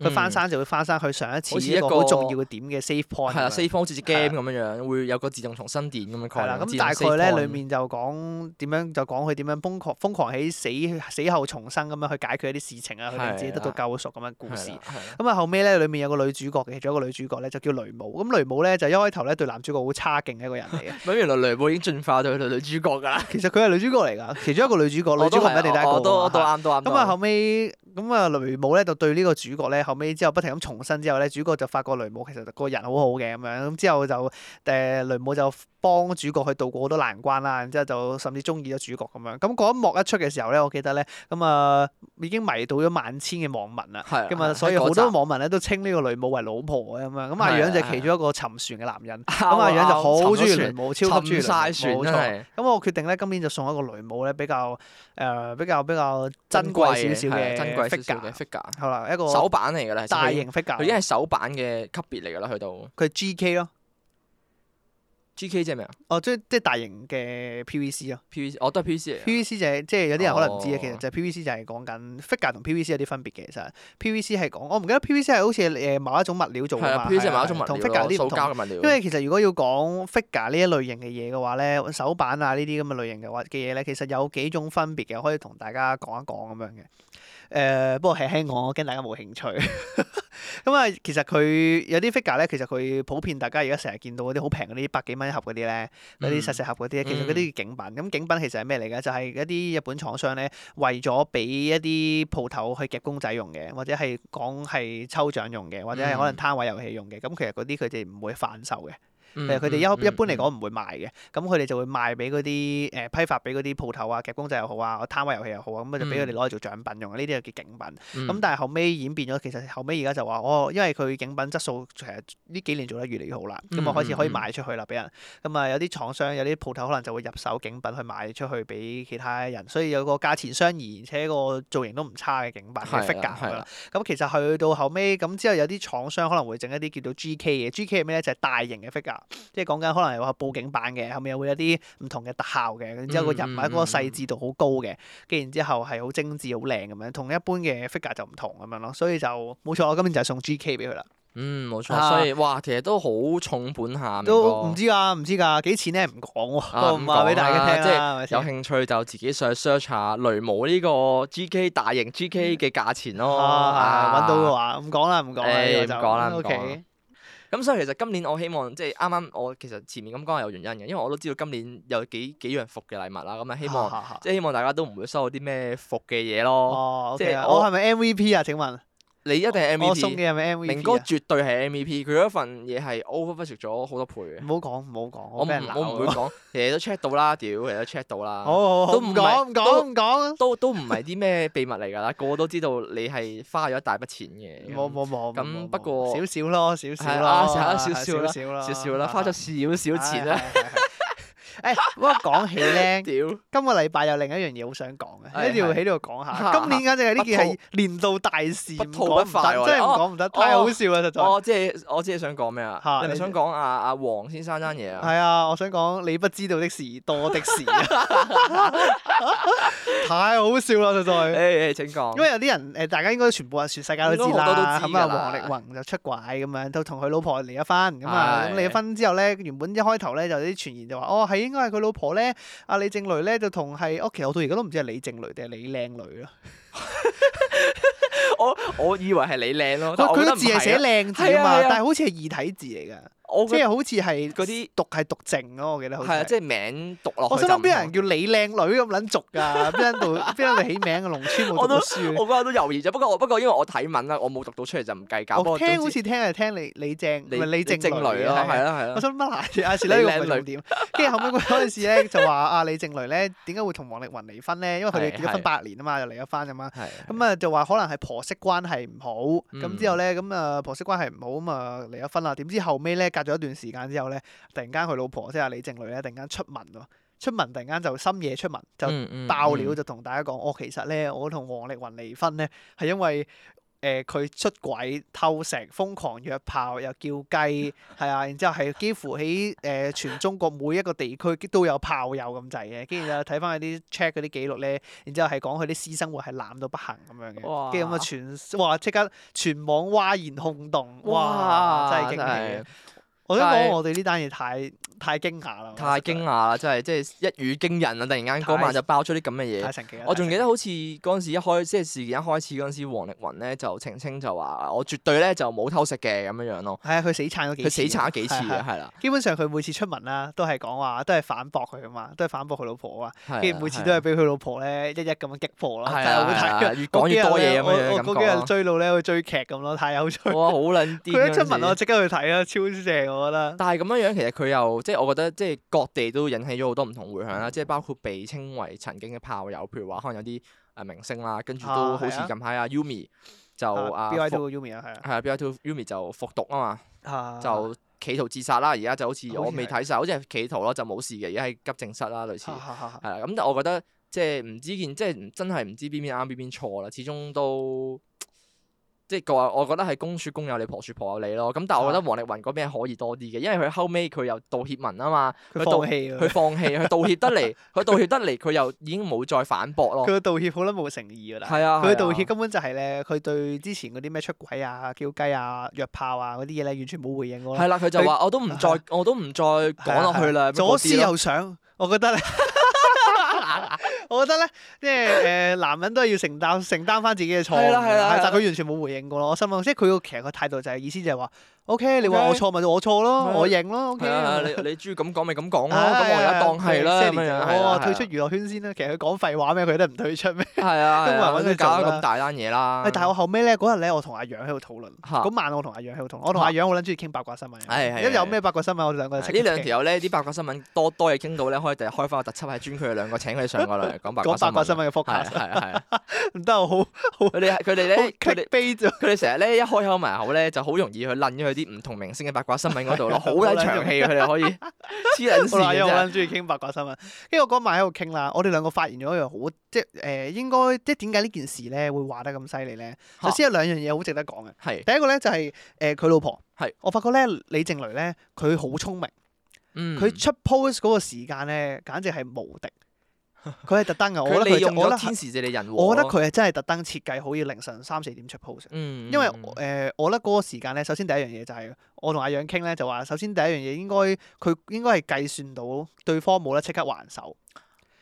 S2: 佢翻生就會翻生去上一次
S1: 好似
S2: 一個
S1: 一個
S2: 好重要嘅點嘅 save point
S1: 嗯係
S2: 啊
S1: 啦，
S2: 咁樣。
S1: 四嗯方好似隻 game 咁樣樣，會有個自動重新電咁樣概
S2: 啊係啦，
S1: 念。
S2: 咁
S1: 自動
S2: 大
S1: save
S2: 概
S1: point
S2: 咧，裡面就講點樣，就講佢點樣瘋狂瘋狂喺死死後重生咁樣去解決一啲事情啊，佢哋自己得到
S1: 係
S2: 救贖咁樣故事
S1: 係。啦係啦
S2: 咁啊後尾咧，裏面有個女主角嘅，其中一個女主角咧就叫雷姆。咁雷姆咧就一開頭咧對男主角好差勁嘅一個人 嚟嘅。
S1: 咁原來雷布已經進化到去到女主角㗎 啦。
S2: 其實佢係女主角嚟㗎，其中一個女主角，女
S1: 我
S2: 主
S1: 都啊
S2: 角唔一定得一個
S1: 我都我
S2: 㗎
S1: 都
S2: 嘛。
S1: 啱都啱。
S2: 咁啊後尾咁啊雷姆咧就對呢個主角咧後尾之後不停咁重生之後咧，主角就發覺雷姆其實個人好好嘅咁樣。咁之後就誒、雷姆就幫主角去渡過好多難關啦，然之後就甚至中意咗主角咁樣。咁嗰一幕一出嘅時候咧，我記得咧咁啊已經迷到咗萬千嘅網民啦。
S1: 係
S2: 咁 啊，所以好多網民咧都稱呢個雷姆為老婆嘅咁樣。咁阿
S1: 係啊啊
S2: 楊就係其中一個沉船嘅男人，咁阿楊就好中意雷姆，超級
S1: 超
S2: 中意
S1: 沉晒船
S2: 雷姆冇
S1: 真
S2: 錯。
S1: 係
S2: 咁我決定咧，今年就送一個雷姆咧，比較誒比較比較
S1: 貴
S2: 珍貴少少
S1: 係啊
S2: 嘅
S1: 珍貴少少嘅
S2: figure，
S1: figure，
S2: 係啦，一個
S1: 手板嚟㗎啦，其實佢
S2: 大
S1: 已經
S2: 型 figure，
S1: 佢已經係手板嘅級別嚟㗎啦，去到
S2: 佢 GK 咯，
S1: GK 即係咩啊
S2: 哦，即即係大型嘅 PVC 咯
S1: ？PVC 哦我都係 PVC 嚟㗎。
S2: ，PVC 就係即係有啲人可能唔知嘅，
S1: 哦
S2: 其實就係 PVC 就係講緊 figure 同 PVC 有啲分別嘅，其實 PVC 係講我唔記得 PVC 係好似誒某一種物料做
S1: 係
S2: 㗎嘛
S1: 啊，PVC 係某一種
S2: 係
S1: 物
S2: 同
S1: 料
S2: figure 有
S1: 咯，
S2: 啲唔
S1: 塑
S2: 同
S1: 膠嘅物料。
S2: 因為其實如果要講 figure 呢一類型嘅嘢嘅話咧，手板啊呢啲咁嘅類型嘅話嘅嘢咧，其實有幾種分別嘅，可以同大家講一講咁樣嘅。誒、不過輕輕講，我驚大家冇興趣。 咁啊，其實佢有啲 figure 咧，其實佢普遍大家而家成日見到嗰啲好平嗰啲百幾蚊一盒嗰啲咧，嗰啲
S1: 嗯
S2: 細細盒嗰啲，啊其實
S1: 嗯
S2: 嗰啲叫景品。咁景品其實係咩嚟嘅？就係、一啲日本廠商咧，為咗俾一啲鋪頭去夾公仔用嘅，或者係講係抽獎用嘅，或者係可能
S1: 嗯
S2: 攤位遊戲用嘅。咁其實嗰啲佢哋唔會販售嘅。
S1: 嗯
S2: 誒佢哋
S1: 嗯
S2: 一一般嚟
S1: 嗯
S2: 講唔會賣嘅，咁佢哋就會賣俾嗰啲誒批發俾嗰啲鋪頭啊、夾公仔又好啊、攤位遊戲又好啊，咁就俾佢哋攞嚟做獎品用，呢啲就叫景品。咁、
S1: 嗯
S2: 但係後尾演變咗，其實後尾而家就話哦，因為佢景品質素其實呢幾年做得越嚟越好啦，咁啊
S1: 嗯
S2: 開始可以
S1: 嗯嗯
S2: 賣出去啦俾人。咁啊有啲廠商、有啲鋪頭可能就會入手景品去賣出去俾其他人，所以有個價錢相宜，而且個造型都唔差嘅景品嘅
S1: 係
S2: figure
S1: 啦係
S2: 咁
S1: 啊
S2: 樣啦
S1: 啦
S2: 咁其實去到後尾，咁之後有啲廠商可能會整一啲叫做 GK 嘅，GK 係咩咧？就係、大型嘅 figure，即係講緊可能係話報警版嘅，後面又會有啲唔同嘅特效嘅，然之後個人物嗰個細緻度好高嘅，跟然之後係好精緻、好靚咁樣，同一般嘅 figure 就唔同咁樣咯，所以就冇錯，我今年就係送 GK 俾佢啦，
S1: 嗯，冇錯，
S2: 啊
S1: 所以哇，其實都好重本下，明
S2: 都
S1: 哥
S2: 唔知㗎，唔知㗎，幾錢咧唔講
S1: 啊
S2: 喎，都唔話俾大家聽啦，係咪
S1: 有
S2: 先？
S1: 興趣就自己上 search 下雷姆呢個 G K 大型 G K 嘅價錢咯，
S2: 啊，揾到嘅話唔講啦，唔講啦，
S1: 誒
S2: 呢個就
S1: 唔講啦唔講啦
S2: OK
S1: 咁所以其實今年我希望即係啱啱我其實前面咁講係有原因嘅，因為我都知道今年有幾幾樣服嘅禮物啦，咁啊希望即係希望大家都唔會收到啲咩服嘅嘢咯。
S2: 哦，
S1: 即
S2: 即
S1: 係
S2: 係
S1: 我
S2: 我係咪 MVP 啊？請問
S1: 你一定係
S2: 我送
S1: MVP，
S2: 嘅係咪
S1: 明哥
S2: MVP 啊？
S1: 絕對係 MVP，佢嗰份嘢係 over budget 咗好多倍嘅
S2: 唔。好講，唔好講，
S1: 我
S2: 嗯我
S1: 唔
S2: 俾人
S1: 我 唔會
S2: 鬧啊。
S1: 講，其實都 check 到啦，屌，其實都 check 到啦。
S2: 好好好，
S1: 都
S2: 唔
S1: 唔係
S2: 講，唔
S1: 都
S2: 講，唔講。
S1: 都都唔係啲咩秘密嚟㗎啦，個個都知道你係花咗一大筆錢嘅。
S2: 冇冇冇，冇
S1: 咁
S2: 冇
S1: 不過
S2: 冇少少咯，少
S1: 係
S2: 少
S1: 啊
S2: 咯，
S1: 少少
S2: 係
S1: 少啦
S2: 少啦，啊
S1: 少少啦，花咗少少錢啦。啊
S2: 係。係係 係誒，不過講起咧，
S1: 屌，
S2: 今個禮拜有另一樣嘢好想講
S1: 係
S2: 嘅，一定要喺呢度講下。
S1: 係
S2: 今年簡直係呢件
S1: 不
S2: 係年度大事，唔
S1: 不吐
S2: 講
S1: 不
S2: 唔
S1: 快喎
S2: 得，真係唔
S1: 哦
S2: 講唔得，
S1: 哦
S2: 太好笑啦，實在。
S1: 我即係我即係想講咩啊？
S2: 嚇
S1: 你咪
S2: 你
S1: 想講阿阿黃先生單嘢啊？
S2: 係啊，我想講你不知道的事多的是， 太好笑啦！實在。
S1: 誒誒，請講。
S2: 因為有啲人誒，大家應該全部人全世界都知
S1: 應該好多都
S2: 啦。
S1: 知㗎
S2: 咁啊，
S1: 啦
S2: 王力宏就出軌咁樣，都同佢老婆離咗婚咁啊。
S1: 係
S2: 咁離咗婚之後咧，原本一開頭咧就有啲傳言就話，哦係應該係佢老婆啊咧，阿李靜蕾咧就同係，哦其實我到而家都唔知係李靜蕾定係李靚啊蕾咯。
S1: 我我以為係你靚咯，但我覺
S2: 佢佢
S1: 得
S2: 個
S1: 唔
S2: 字係
S1: 係
S2: 寫
S1: 啊，
S2: 靚字
S1: 係啊
S2: 啊
S1: 係
S2: 嘛
S1: 啊，
S2: 但係好似係異體字嚟㗎，
S1: 我
S2: 即
S1: 覺
S2: 係好似係
S1: 嗰啲
S2: 讀係讀靜咯，我記得好
S1: 得
S2: 似
S1: 係啊，
S2: 係。
S1: 即係名讀落去
S2: 我
S1: 就
S2: 心
S1: 唔
S2: 諗邊有
S1: 同
S2: 人叫李靚女咁撚俗㗎？邊人度邊人哋起名嘅農村冇
S1: 我
S2: 讀
S1: 都
S2: 過書。
S1: 我嗰日都猶豫咗，不過我不過因為我睇文啦，我冇讀到出嚟就唔計較。不過
S2: 我聽
S1: 總
S2: 好
S1: 之
S2: 似聽係聽李李正，唔係李
S1: 正
S2: 靜
S1: 雷
S2: 蕾
S1: 咯，
S2: 啊
S1: 係啦係
S2: 我
S1: 啦。
S2: 心諗啊，阿是呢個唔係重點。跟住後尾嗰陣時咧，就話啊李靜蕾咧點解會同王力宏離婚咧？因為佢哋
S1: 係
S2: 結咗
S1: 係
S2: 婚八年啊嘛，又離咗婚啊嘛。
S1: 係
S2: 咁啊就話可能係婆媳關係唔好，
S1: 嗯
S2: 咁之後咧咁啊婆媳關係唔好咁啊離咗婚啦。點知後尾咧隔咗一段時間之後咧，突然間佢老婆即係阿李靜蕾咧，突然間出文喎，出文突然間就深夜出文就
S1: 就
S2: 爆料就同大家講，我、其實咧，我同王力宏離婚咧，係因為誒佢、出軌、偷食、瘋狂約炮，又叫雞， 係啊，然之後係幾乎喺誒、呃全中國每一個地區都有炮友咁滯嘅，跟住就睇翻佢啲 check 嗰啲記錄咧，然之後係講佢啲私生活係濫到不行咁樣
S1: 哇
S2: 嘅，跟住咁啊全哇即刻全網譁然轟動，哇！真係驚喜嘅。我想
S1: 但係
S2: 講我哋呢單嘢太太驚嚇啦，
S1: 太
S2: 實在
S1: 驚訝啦！真係即係一語驚人啊！突然間嗰
S2: 太
S1: 晚就爆出啲咁嘅嘢
S2: 太。神奇啦！
S1: 我仲記得
S2: 好
S1: 好似嗰陣時一開即係事件一開始嗰陣時，王力宏咧就澄清就話：我絕對咧就冇偷食嘅咁樣樣咯。
S2: 係啊，佢死撐咗幾
S1: 佢死
S2: 次
S1: 撐咗幾次啊
S2: 係啊係
S1: 嘅，係啦，
S2: 基本上佢每次出文啦，都係講話，都係反駁佢噶啊嘛，都係反駁佢老婆啊，
S1: 係啊
S2: 跟住每次
S1: 啊
S2: 都係俾佢老婆咧一一咁樣擊破咯，
S1: 係
S2: 真係好
S1: 啊
S2: 睇
S1: 係
S2: 啊。
S1: 啊，越講越啊多嘢咁樣
S2: 我
S1: 樣
S2: 我
S1: 感
S2: 嗰幾日
S1: 覺
S2: 追路咧，去追劇咁咯，太有趣。
S1: 咯。哇，好撚癲！
S2: 佢一出
S1: 嗰陣時
S2: 文啊我即刻去睇啦，超正我覺得。
S1: 但係咁樣樣，其實佢又即係我覺得，即係各地都引起咗好多唔同迴響啦。即係包括被稱為曾經嘅炮友，譬如話可能有啲誒明星啦，跟住都
S2: 啊
S1: 好似
S2: 係啊
S1: 近排阿 Yumi 就啊
S2: B Y
S1: 服
S2: Two Umi 啊，係啊
S1: 係啊 B Y Two Yumi 就服毒啊嘛，
S2: 啊，
S1: 就企圖自殺啦。而家就好似
S2: 好似
S1: 我未睇晒，好似係企圖咯，就冇事嘅，而家喺急症室啦，類似
S2: 哈哈哈哈
S1: 係啦。咁但我覺得即係唔知件，即係唔真係唔知邊邊啱邊邊錯啦。始終都。即係個話，我覺得係公説公有理，婆説婆有理咯。咁但係我覺
S2: 啊
S1: 得王力宏嗰邊係可以多啲嘅，因為佢後尾佢又道歉文啊嘛，
S2: 佢
S1: 佢道
S2: 放棄
S1: 佢
S2: 喎，
S1: 放棄，佢道歉得嚟，佢道歉得嚟，佢又已經冇再反駁
S2: 佢
S1: 咯。
S2: 嘅道歉好撚冇誠意㗎啦。
S1: 係啊，
S2: 佢
S1: 係
S2: 嘅
S1: 啊
S2: 道歉根本就係咧，佢對之前嗰啲咩出軌啊、叫雞啊、約炮啊嗰啲嘢咧，完全冇回應過啦。
S1: 係啦，佢就話我都唔 再，我都唔再講落去啦。
S2: 啊左
S1: 思
S2: 思右想，我覺得咧， 我覺得咧，即係誒男人都係要承擔承擔翻自己嘅錯
S1: 係
S2: 誤嘅，
S1: 啦係啦係啦
S2: 但佢完全冇回應過咯。我心諗，即係佢個其實個態度就係意思就係話，OK，你話我
S1: OK
S2: 錯咪我錯咯
S1: 係，
S2: 我認咯，OK
S1: 係啊，你你中意咁講咪咁講咯，咁
S2: 係啊
S1: 我而
S2: 係
S1: 家
S2: 啊
S1: 當係啦
S2: 即
S1: 咁樣
S2: 係連
S1: 樣。
S2: 就
S1: 係啊
S2: 我話哦退出娛樂圈先啦。其實佢講廢話咩？佢都唔退出咩？
S1: 係啊，
S2: 都
S1: 係
S2: 冇人
S1: 啊
S2: 搵
S1: 都
S2: 佢
S1: 搞
S2: 做
S1: 咗
S2: 啦
S1: 咁大單嘢啦
S2: 喂。但係我後尾咧嗰日咧，我同阿楊喺度討論。
S1: 嚇
S2: 嗰晚我同阿楊喺度討論，我同阿楊好撚中意傾八卦新聞
S1: 啊係係
S2: 嘅。因為有咩八卦新聞，我哋兩個就
S1: 啊呢兩條友咧，啲八卦新聞多多嘢傾到咧，可以第日開翻個特輯係專佢哋兩個請佢哋上過嚟講八
S2: 講八卦
S1: 卦新聞。啊
S2: 新聞嘅 focus，
S1: 係啊係啊，
S2: 唔得我好
S1: 佢哋佢哋咧，
S2: 好
S1: 佢哋
S2: clickbait 咗。
S1: 佢哋成日咧一開口埋口咧，就好容易去撚咗佢去啲唔同明星嘅八卦新聞嗰 度咯，好撚長氣啊佢哋可以黐撚
S2: 好啦，
S1: 線嘅
S2: 因為我
S1: 真係
S2: 好撚中意傾八卦新聞。跟住我嗰晚喺度傾啦，我哋兩個發現咗一樣好，即係誒、呃、應該即係點解呢件事咧會話得咁犀利咧？
S1: 嚇
S2: 首先有兩樣嘢好值得講嘅。
S1: 係
S2: 第一個咧就係誒佢老婆，
S1: 係
S2: 我發覺咧李靜蕾咧佢好聰明，
S1: 嗯
S2: 佢出 post 嗰個時間咧簡直係 無敵。佢係特登嘅，我覺
S1: 佢
S2: 得佢
S1: 利
S2: 就
S1: 用
S2: 我覺得
S1: 咗
S2: 係
S1: 天時地利人和，
S2: 我覺得佢係真係特登設計好要凌晨三四點出 post 嘅。
S1: 嗯，
S2: 因為
S1: 嗯
S2: 誒、呃我覺得嗰個時間咧，首先第一樣嘢就係、我同阿楊傾咧，就話首先第一樣嘢應該佢應該係計算到對方冇得即刻還手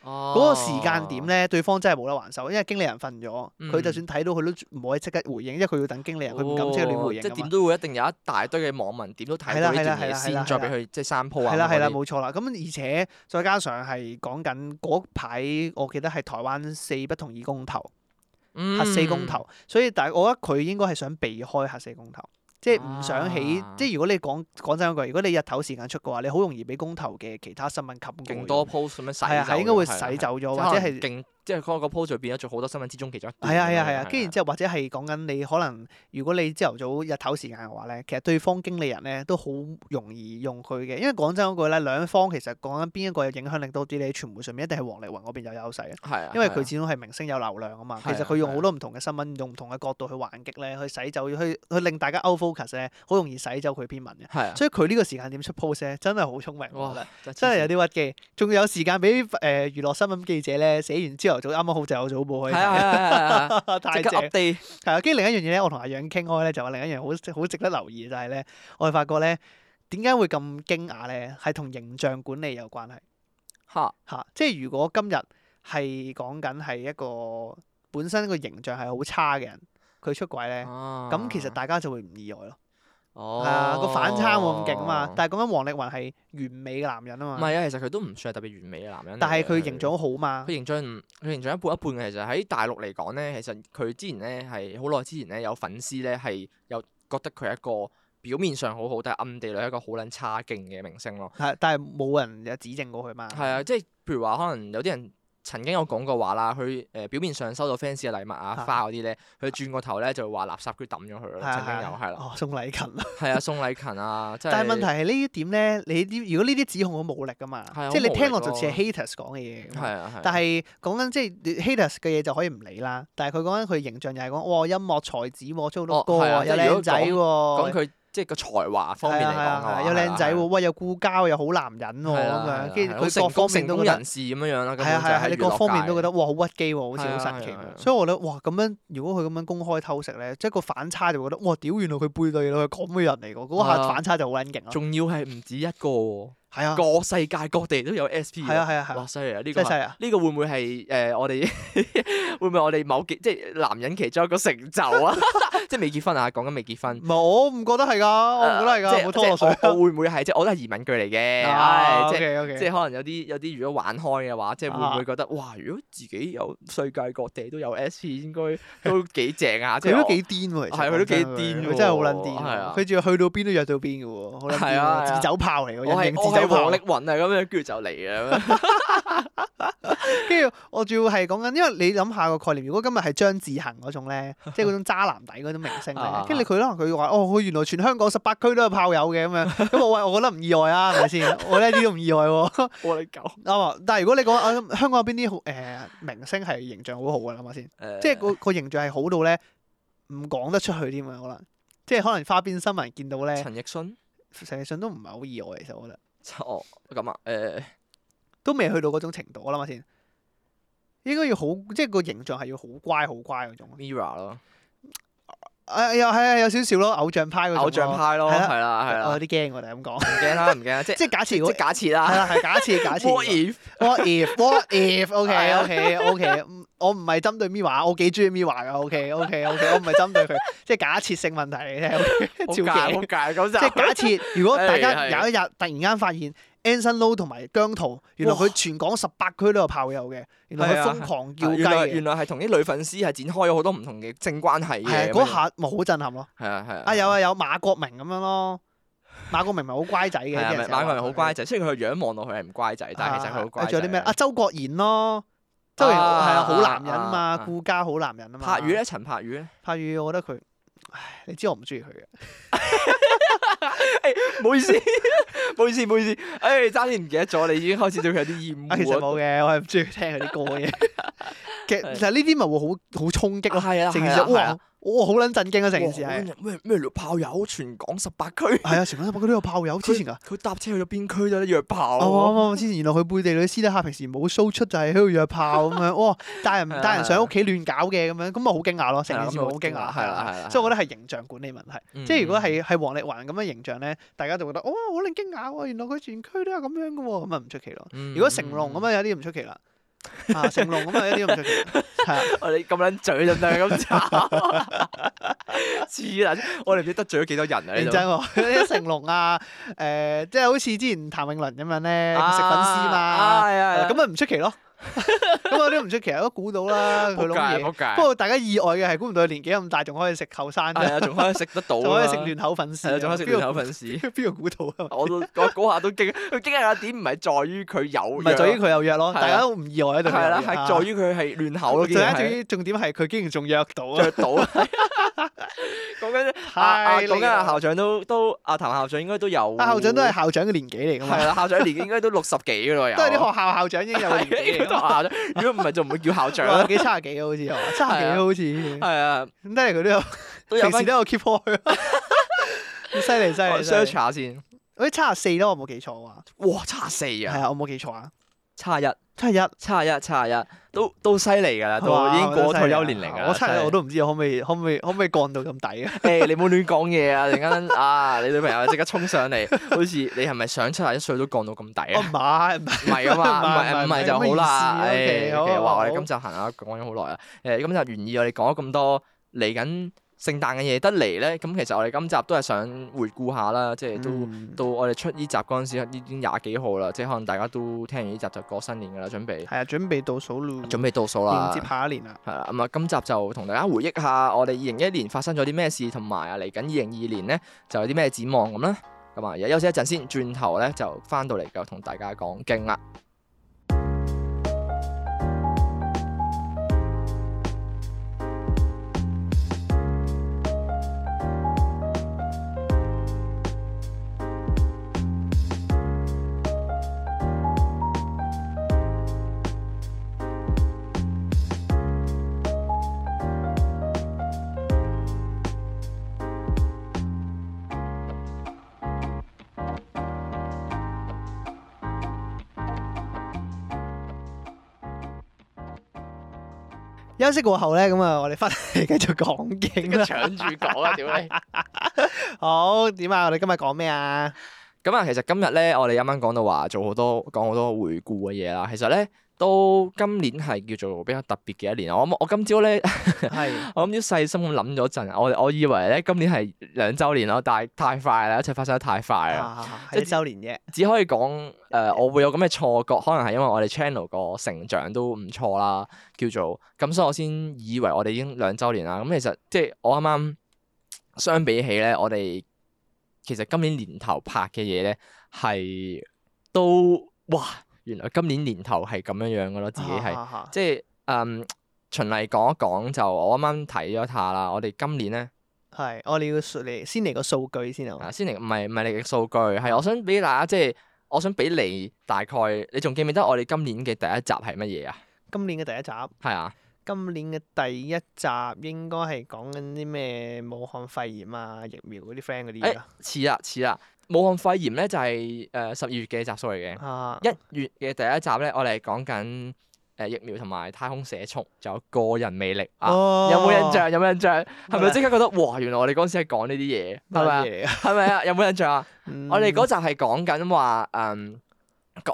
S2: 嗰、個時間點，咧，對方真係冇得還手，因為經理人瞓咗，佢、就
S1: 哦嗯
S2: 算睇到佢都唔可以即刻回應，因為佢要等經理人，
S1: 哦
S2: 佢唔敢即刻亂回應
S1: 即
S2: 㗎
S1: 係點
S2: 嘛。
S1: 都會一定有一大堆嘅網民點都睇到
S2: 係啦
S1: 呢
S2: 係
S1: 段
S2: 啦係
S1: 嘢
S2: 啦係啦
S1: 先，再俾
S2: 係啦
S1: 佢即係三鋪啊，
S2: 係啦係啦，
S1: 嗰啲
S2: 冇錯啦。咁而且再加上係講緊嗰排，我記得係台灣四不同意公投。核四公，投，
S1: 嗯
S2: 所以但係我覺得佢應該係想避開核四公投，即係唔想起，
S1: 啊
S2: 即係如果你講講真嗰句，如果你日頭時間出嘅話，你好容易俾公投嘅其他新聞冚
S1: 勁
S2: 過
S1: 多
S2: 咗，
S1: post 咁樣洗
S2: 係啊係
S1: 走
S2: 應該會
S1: 咗
S2: 洗走咗，
S1: 係
S2: 或
S1: 啊
S2: 者
S1: 係可能
S2: 係。
S1: 勁，即係嗰個 post 就變咗做好多新聞之中其中一段
S2: 係啊係
S1: 咁
S2: 啊
S1: 樣
S2: 係啊，跟住之後或者係講緊你可能，如果你朝頭早日頭時間嘅話咧，其實對方經理人咧都好容易用佢嘅，因為講真嗰句咧，兩方其實講緊邊一個有影響力多啲咧，傳媒上面一定係黃力宏嗰邊有優勢嘅
S1: 係啊，
S2: 因為
S1: 係啊
S2: 佢始終係明星有流量啊嘛，其
S1: 係
S2: 實
S1: 啊
S2: 佢用
S1: 係啊
S2: 好多唔同嘅新聞，用唔同嘅角度去還擊咧，去洗走，去去令大家 out focus 咧，好容易洗走佢篇文嘅。
S1: 係啊，
S2: 所以佢呢個時間點出 post 咧，真係好聰明，我覺得
S1: 哇，真
S2: 真係有
S1: 啲
S2: 啲屈機，仲有時間俾誒娛樂新聞記者咧寫完朝頭早，啱啱好就有早報可以
S1: 係啊係
S2: 睇，
S1: 啊係啊係啊， 即
S2: 太
S1: 刻
S2: 正。
S1: update
S2: 係啊，跟住另一樣嘢咧，我同阿楊傾開咧，就話另一樣好好值得留意嘅就係咧，我哋發覺咧點解會咁驚訝咧，係同形象管理有關係。
S1: 嚇，
S2: 嚇，即係如果今日係講緊係一個本身個形象係好差嘅人，佢出軌咧，咁、
S1: 咁
S2: 其實大家就會唔意外咯。係啊，
S1: 啊哦
S2: 個反差冇咁勁啊嘛。但係講緊王力宏係完美嘅男人啊
S1: 唔
S2: 嘛，
S1: 係啊，其實佢都唔算係特別完美嘅男人嚟嘅。
S2: 但係佢形象好嘛
S1: 佢，形象唔，佢形象一半一半嘅。其實喺大陸嚟講咧，其實佢之前咧係好耐之前咧有粉絲咧係有覺得佢係一個表面上好好，但係暗地裏係一個好撚差勁嘅明星咯。
S2: 係但係冇人有指證過佢嘛。
S1: 係啊，即係譬如話，可能有啲人曾經有講過話啦，佢誒、呃表面上收到 fans 嘅禮物啊、
S2: 啊
S1: 花嗰啲咧，佢轉個頭咧就會話垃圾，佢抌咗佢咯。
S2: 係啊，
S1: 曾經有係啦，
S2: 哦，宋禮勤啦。
S1: 係啊，宋禮勤 啊，即係。
S2: 但係問題係呢一點咧，你啲如果呢啲指控好冇力噶嘛
S1: 係啊，
S2: 即係
S1: 好
S2: 你
S1: 無
S2: 聽
S1: 力
S2: 落就似係
S1: 咯
S2: haters 講嘅嘢㗎嘛。
S1: 係啊，係啊。
S2: 但係講緊即係你 haters 嘅嘢就可以唔理啦，但係佢講緊佢形象又係講哇音樂才子喎，出好多
S1: 哦
S2: 歌
S1: 係啊
S2: 喎，
S1: 即
S2: 有
S1: 係如果
S2: 靚仔
S1: 講
S2: 喎，
S1: 佢即係個才華方面
S2: 係
S1: 嚟
S2: 啊
S1: 講
S2: 係啊
S1: 嘅
S2: 係啊
S1: 話，
S2: 有靚仔
S1: 係
S2: 喎，
S1: 啊
S2: 喂有顧家又好男人喎
S1: 係
S2: 咁
S1: 啦
S2: 樣，跟住
S1: 係啦啊
S2: 佢
S1: 成功
S2: 各方面
S1: 成
S2: 都
S1: 功
S2: 覺得
S1: 人士咁樣樣啦，根
S2: 係
S1: 本
S2: 啊
S1: 就
S2: 係啊，你
S1: 喺
S2: 各
S1: 娛樂
S2: 方面
S1: 界
S2: 都覺得哇好屈機喎，好
S1: 係
S2: 似
S1: 啊
S2: 好神奇
S1: 係啊係啊
S2: 喎，所以我覺得哇咁樣如果佢咁樣公開偷食咧，即係個反差就會覺得哇屌原來佢背地裏係咁嘅人嚟㗎，嗰
S1: 係
S2: 下
S1: 啊
S2: 反差就好撚勁咯，
S1: 仲要係唔止一個喎，
S2: 係嗯啊
S1: 個世界各地都有 SP
S2: 係啊係啊係
S1: 哇！
S2: 啊，
S1: 犀利啊！呢個
S2: 真係犀
S1: 係
S2: 利啊！
S1: 呢個會唔會係誒、呃我哋 會唔會我哋某幾即係男人其中一個成就啊？ 即係未結婚啊，講緊未結婚
S2: 唔。係我唔覺得係㗎，我唔覺得
S1: 呃
S2: 係㗎，
S1: 即
S2: 唔
S1: 係
S2: 哦好拖我水啊
S1: 即。係我我會唔會係即係我都係疑問句嚟嘅？唉，即係
S2: o k
S1: 即係可能有啲有啲如果玩開嘅話，即係會唔會
S2: 啊
S1: 覺得哇？如果自己有世界各地都有 SP，應該都 幾正啊！即
S2: 佢
S1: 係
S2: 都
S1: 我
S2: 幾癲喎，其實
S1: 係佢都幾
S2: 講真
S1: 癲
S2: 佢
S1: 喎
S2: 真係好撚癲
S1: 係啊
S2: 喎，佢仲要去到邊都約到邊嘅喎，好撚
S1: 係
S2: 癲
S1: 啊係啊
S2: 喎自走炮嚟嘅，
S1: 我係
S2: 人形
S1: 我
S2: 自
S1: 係
S2: 走炮
S1: 王力。宏啊咁樣，跟住就嚟啊！
S2: 跟住我仲要係講緊，因為你諗下個概念，如果今日係張智恒嗰種 咧，即係嗰種渣男底嗰種明星咧
S1: 啊，
S2: 跟住佢可能佢話哦，佢原來全香港十八區都有炮友嘅咁樣，咁我喂，我覺得唔意外啊，係 咪先？我呢啲都唔意外喎，
S1: 我力狗
S2: 啱啊！但係如果你講啊，香港有邊啲好誒明星係形象好好嘅，諗下先。
S1: 呃
S2: 即係個個形象係好到咧，唔講得出去添啊！可能即係可能花邊新聞見到咧，
S1: 陳奕迅
S2: 陳奕迅都唔係好意外，其實我覺得
S1: 哦咁啊誒
S2: 都未去到嗰種程度。我諗下先，應該要好，即係個形象係要好乖好乖嗰種。
S1: Mira 咯，
S2: 誒又係啊，有少少咯，偶像派嗰種咯。
S1: 偶像派咯，
S2: 係啦哦
S1: 係啦係
S2: 我有
S1: 啦，
S2: 啲驚我哋咁
S1: 唔
S2: 講，
S1: 驚啦唔驚啦，即係
S2: 即係假
S1: 即
S2: 設如果
S1: 係假設
S2: 係
S1: 啦。
S2: 啦，係假 設假
S1: What
S2: 設。
S1: if？
S2: What if What if
S1: 係
S2: OK
S1: 啊
S2: OK OK，嗯我唔係針對 Miwa，我幾中意 Miwa 噶 OK OK OK，我唔係針對佢，即係假設性問題嚟嘅，OK，
S1: 好
S2: 照
S1: 尬
S2: 鏡
S1: 好尬咁就啊
S2: 即係假設，如果大家
S1: 係
S2: 有
S1: 係
S2: 一日突然間發現 Anson Lo 同埋姜濤，原來佢全港十八區都有炮友嘅，原
S1: 係
S2: 來佢
S1: 啊
S2: 瘋狂叫雞
S1: 原來
S2: 嘅，
S1: 原來係同啲女粉絲係展開咗好多唔同嘅性關係嘅
S2: 係啊嗰下咪好震撼咯！
S1: 係啊係啊
S2: 啊有啊有馬國明咁樣咯，馬國明咪好乖仔
S1: 係
S2: 嘅，
S1: 啊
S2: 啲人成日
S1: 馬國
S2: 話
S1: 明好
S2: 佢
S1: 乖仔，雖然佢樣望落去係唔乖仔，但係其實佢好乖
S2: 啊
S1: 仔。
S2: 仲有啲咩啊？周國賢咯，周國賢係
S1: 啊
S2: 啊，好男人
S1: 啊
S2: 啊嘛，
S1: 啊
S2: 顧家好男人啊嘛。
S1: 柏宇咧，陳柏宇咧，
S2: 柏宇，我覺得佢，唉，你知我唔中意佢嘅。
S1: 唔好意思， 唔好意思，唔好意思，誒，爭啲唔記得咗，你已經開始對佢有啲厭
S2: 啊，其實
S1: 惡啊。
S2: 冇嘅，我係唔中意聽佢啲歌 嘅。其實
S1: 係
S2: 其實呢啲咪會好好衝擊
S1: 啊
S2: 咯，
S1: 係啊
S2: 成
S1: 係
S2: 件
S1: 啊
S2: 事
S1: 係啊
S2: 哇，哇好撚震驚啊！成件事係
S1: 哇咩咩炮友，全港十八區。
S2: 係啊，全港十八區都有炮友，之前啊，
S1: 佢啊搭車去咗邊區都有得約炮
S2: 啱
S1: 喎。
S2: 啱啱之前原來佢背地裏私底下平時冇 show 出，就係喺度約炮咁 樣，哇！帶人
S1: 係啊啊
S2: 帶
S1: 係
S2: 人
S1: 啊
S2: 上屋企亂搞嘅咁樣，咁啊咪好驚訝咯，成件事咪好驚訝，
S1: 係啦係啦
S2: 所以我覺得係形象管理問題。
S1: 嗯
S2: 即係如果係係王力宏咁嘅形象咧，大家就覺得哦，好令驚訝喎，原來佢全區都有咁樣嘅喎，咁啊唔出奇咯。
S1: 嗯
S2: 如果成龍咁，樣有啲唔出奇啦，啊成龍咁啊有 啲唔出奇，係啊
S1: 我哋咁撚嘴就唔係咁慘，黐撚！我哋唔知得罪咗幾多人啊？
S2: 認
S1: 呢
S2: 真
S1: 度
S2: 喎， 啲成龍啊，誒即係好似之前譚詠麟咁樣咧，食粉絲
S1: 啊
S2: 嘛，
S1: 係啊係啊，
S2: 咁啊唔出奇咯， 咁啊都唔出奇，都估 到啦佢
S1: 仆
S2: 老
S1: 街
S2: 嘢。
S1: 仆街
S2: 不。過大家意外嘅係估唔到佢年紀咁大仲可以食後生
S1: 係
S2: 啫，
S1: 啊，仲可以食得到啊，
S2: 仲可以食亂口粉
S1: 係啊，
S2: 絲，
S1: 仲可以食
S2: 邊個
S1: 亂口粉絲。
S2: 邊個估到啊？
S1: 我都我嗰下都驚，佢驚訝嘅點唔係在於佢有，
S2: 唔
S1: 唔
S2: 係在於佢有約咯，
S1: 係啊
S2: 大家都唔意外喺度。啊
S1: 係啦，係在於佢係亂口咯，
S2: 最
S1: 竟然
S2: 緊
S1: 係
S2: 要重點係佢竟然仲約到啊！
S1: 着到。講緊阿阿
S2: 太
S1: 講緊阿
S2: 啊
S1: 校長都都阿譚校長應該都有，
S2: 校長都係校長嘅年紀嚟噶嘛
S1: 係，啦，校長年紀應該都六十幾噶啦，又
S2: 都係啲學校校長已經有個年紀啊
S1: 係
S2: 嚟㗎嘛
S1: 啊校長，如果唔係就唔會叫校長
S2: 哇
S1: 啦。
S2: 幾卅幾啊好似啊，卅幾啊好似，
S1: 係啊，
S2: 咁得嚟佢都有，
S1: 都有
S2: 平時
S1: 翻
S2: 都有 keep 開 啊，犀利犀利犀
S1: search
S2: 利，
S1: 下先。
S2: 好似七十四咯，我冇記錯嘅話，
S1: 哇，差四
S2: 係
S1: 啊，
S2: 啊，我冇記錯啊，
S1: 差一，
S2: 七十一，
S1: 差一，差一，都都犀利㗎啦，
S2: 啊
S1: 都啊已經過咗退休年齡啊㗎啦。
S2: 我七十一我
S1: 都
S2: 都唔知我可唔可以可唔可以可唔可以降到咁底啊？
S1: 誒，你唔好亂講嘢啊！突然間啊， 你女朋友即刻衝上嚟，好似你係咪想七十一歲都降到咁低
S2: 我
S1: 啊？
S2: 唔係哦唔係
S1: 唔係啊嘛，唔係
S2: 唔
S1: 唔
S2: 係唔
S1: 係
S2: 係
S1: 就好啦。
S2: 咁嘅意
S1: 誒
S2: 思，OK，啊
S1: ，OK，
S2: 好
S1: 哇！
S2: 好
S1: 我哋今集行下講咗好耐啦。誒，今集原意我哋講咗咁多嚟緊聖誕嘅嘢得嚟咧，咁其實我哋今集都係想回顧下啦，即係都。
S2: 嗯
S1: 到我哋出呢集嗰陣時，已經廿幾號啦，即係可能大家都聽完呢集就過新年噶啦，準備
S2: 係啊，準備倒數咯，
S1: 準備倒數啦
S2: 迎，接下一年啦，
S1: 係啦。咁啊，今集就同大家回憶下我哋二零一一年發生咗啲咩事，同埋啊嚟緊二零二二年咧就有啲咩展望咁啦。咁啊，而家休息一陣先，轉頭咧就翻到嚟就同大家講經啦。
S2: 休息過後咧，咁啊，我哋翻嚟 繼續講經啦。
S1: 搶住講 啊，屌你！
S2: 好點啊？我哋今日講咩啊？
S1: 咁啊，其實今日咧，我哋啱啱講到話做好多講好多回顧嘅嘢啦。其實咧，都今年係叫做比較特別嘅一年。啊我諗我今朝咧。
S2: 係
S1: 我諗啲細心咁諗咗陣，我我以為咧今年係兩週年咯，但係太快啦，一切發生得太快啦，
S2: 啊，
S1: 即係
S2: 一周年啫。
S1: 只可以講誒、呃我會有咁嘅錯覺，可能係因為我哋 channel 個成長都唔錯啦，叫做咁，所以我先以為我哋已經兩週年啦。咁其實即係我啱啱相比起咧，我哋其實今年年頭拍嘅嘢咧係都哇，原來今年年頭係咁樣樣嘅咯，自己係。
S2: 係
S1: 即係嗯，循例講一講就我啱啱睇咗下啦，我哋今年咧
S2: 係，我哋要數嚟先嚟個數據先啊。
S1: 啊，先嚟唔係唔係你嘅數據，
S2: 嗯
S1: 係我想俾大家即係我想俾你大概，你仲記唔記得我哋今年嘅第一集係乜嘢啊？
S2: 今年嘅第一集，
S1: 係啊，
S2: 今年嘅第一集應該係講緊啲咩武漢肺炎啊、疫苗嗰啲 friend 嗰啲嘢啊
S1: 誒
S2: 啦
S1: 似啦似啦，武漢肺炎咧就係誒十二月嘅集數嚟嘅，
S2: 啊，
S1: 哎一月嘅第一集咧我哋係講緊誒疫苗同埋太空社畜，仲有個人魅力啊，
S2: 哦
S1: 有冇印？象？有冇印象？係咪
S2: 咩
S1: 即刻覺得哇？原來我哋嗰陣時係講呢啲嘢，係咪啊
S2: 乜？嘢啊？
S1: 係咪啊？有冇印象啊？我哋嗰
S2: 嗯
S1: 集係講緊話誒，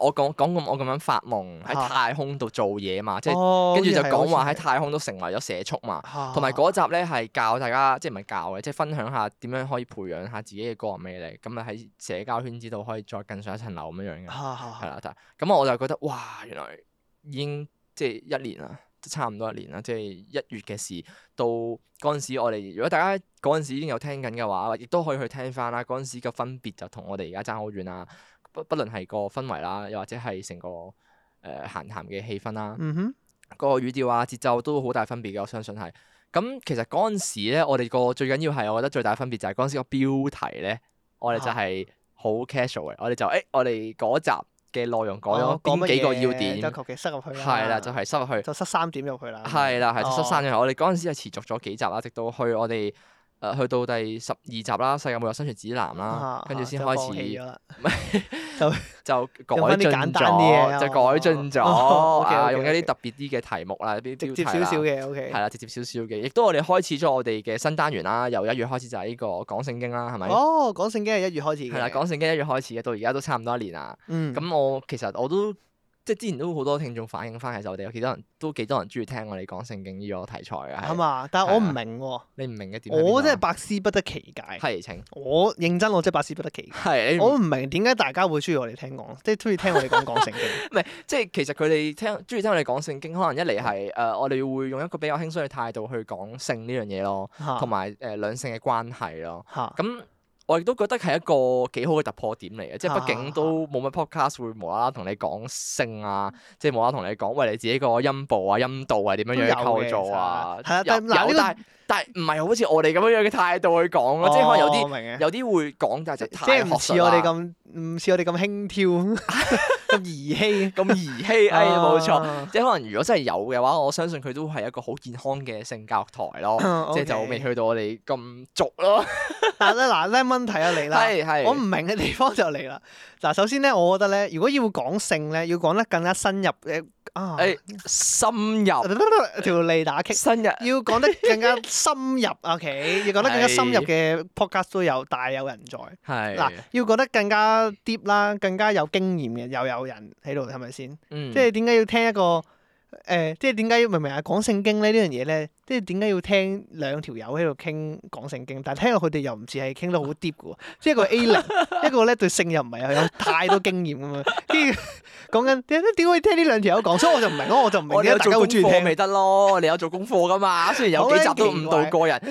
S1: 我講講咁我咁樣發夢喺
S2: 啊
S1: 太空度做嘢嘛，即係
S2: 哦
S1: 跟住就
S2: 好似係
S1: 講話喺
S2: 好似係
S1: 太空都成為咗社畜嘛。
S2: 啊
S1: 同埋嗰集咧係教大家，即係唔係教嘅，即係分享下點樣可以培養下自己嘅個人魅力，咁啊喺社交圈子度可以再更上一層樓咁樣樣嘅，
S2: 啊啊
S1: 係啦。但咁我就覺得哇，原來已經即係一年啦，即係差唔多一年啦，即係一月嘅事。到嗰陣時，我哋如果大家嗰陣時已經有聽緊嘅話，亦都可以去聽翻啦。嗰陣時嘅分別就同我哋而家爭好遠啦。不不論係個氛圍啦，又或者係成個誒、呃、閒談嘅氣氛啦，
S2: 嗯哼，
S1: 個語調啊、節奏都好大分別嘅。我相信係。咁其實
S2: 啊
S1: 嗰陣時咧，我哋個最緊要係，我覺得最大分別就係嗰陣時個標題咧，我哋就係好 casual 嘅，我哋就誒、欸我哋嗰集嘅內容講咗
S2: 哦講
S1: 邊
S2: 乜
S1: 幾個
S2: 嘢
S1: 要點，
S2: 就求其塞入去啦。啊
S1: 係啦，就係塞入去。
S2: 就塞三點入去啦。
S1: 係啦，係
S2: 哦
S1: 十三樣。我哋嗰陣時係持續咗幾集啦，直到去我哋誒、呃去到第十二集啦，《世界末日生存指南》啦
S2: 啊，，
S1: 跟住先
S2: 就
S1: 開
S2: 放棄
S1: 始
S2: 咗啦
S1: 就
S2: 用
S1: 改
S2: 返啲
S1: 進
S2: 簡單啲
S1: 咗，
S2: 嘢
S1: 就
S2: 哦
S1: 改進咗
S2: 哦，OK，OK，
S1: 啊，用一
S2: OK
S1: 啲特別啲嘅題目啦，啲
S2: 直
S1: 標
S2: 接
S1: 題啊
S2: 少少
S1: 啦。
S2: 嘅，OK。
S1: 係啦，直接少少嘅，亦都我哋開始咗我哋嘅新單元啦。由一月開始就係呢個講聖經啦，係咪？
S2: 哦，講聖經係一月開始嘅。
S1: 係啦，講聖經一月開始嘅，到而家都差唔多一年啦。
S2: 嗯
S1: 咁我其實我都即係之前都好多聽眾反映翻，其實我哋有幾多人都幾多人中意聽我哋講聖經呢個題材嘅。
S2: 係
S1: 係
S2: 嘛？但係我唔
S1: 係啦
S2: 明喎，
S1: 你唔明嘅點喺邊度啊？
S2: 啊我真係百思不得其解。
S1: 係情
S2: 我認真，我真係百思不得其解。
S1: 係你
S2: 我
S1: 唔
S2: 唔明點解大家會中意我哋聽講，即係中意聽我哋講講聖經。
S1: 即係其實佢哋聽中意聽我哋講聖經，可能一嚟
S2: 嗯
S1: 係誒我哋會用一個比較輕鬆嘅態度去講性呢樣嘢咯，
S2: 嚇
S1: 同埋誒兩性嘅關係咯。
S2: 嚇
S1: 咁我亦都覺得係一個幾好嘅突破點嚟嘅，即係
S2: 啊
S1: 畢竟都冇乜 podcast 會無啦啦同你講性啊，即係無啦啦同你講喂你自己個陰部啊、陰道係點
S2: 都
S1: 樣樣構造啊，
S2: 有嘅其實係啊，
S1: 有
S2: 但係嗱
S1: 有
S2: 呢
S1: 但係但係唔係好似我哋咁樣樣嘅態度去講咯，即係可能有
S2: 啲
S1: 啲
S2: 哦明嘅，
S1: 有啲會講，但係就
S2: 即係
S1: 太
S2: 唔
S1: 學
S2: 似
S1: 術
S2: 我哋
S1: 啦，
S2: 咁唔似我哋咁 輕佻
S1: 咁
S2: 咁兒戲。啊
S1: 兒戲， 哎冇錯。
S2: 錯，
S1: 即係可能如果真係有嘅話，我相信佢都係一個好健康嘅性教育台 咯，即係就未
S2: 哦 OK
S1: 去到我哋咁俗咯。
S2: 但係咧嗱咧問題又嚟啦。
S1: 係係，
S2: 我唔明嘅地方就嚟啦。嗱，首先咧，我覺得咧，如果要講性咧，要講得更加深入嘅啊，
S1: 誒深入
S2: 條脷 打棘，
S1: 深入。
S2: 要講得更加深入。OK，要講得更加深入嘅 podcast 都有大有人在。
S1: 係
S2: 嗱，要講得更加 deep 啦，更加有經驗嘅又有人喺度，係咪先？
S1: 嗯，
S2: 即係點解要聽一個誒、即係點解要明唔明啊？講聖經咧呢樣嘢咧，即係點解要聽兩條友喺度傾講聖經？但係聽落佢哋又唔似 係傾得好 deep 嘅喎，即係一個 A 零， 一個咧對性又唔係有太多經驗咁樣，跟住講緊點點會聽呢兩條友講？所以我就唔明咯，我就唔明
S1: 我哋哦
S2: 點
S1: 有
S2: 解大
S1: 做
S2: 家會
S1: 功
S2: 中意
S1: 課
S2: 聽。
S1: 咪得咯，你有做功課噶 嘛？雖然有幾集都誤導過人。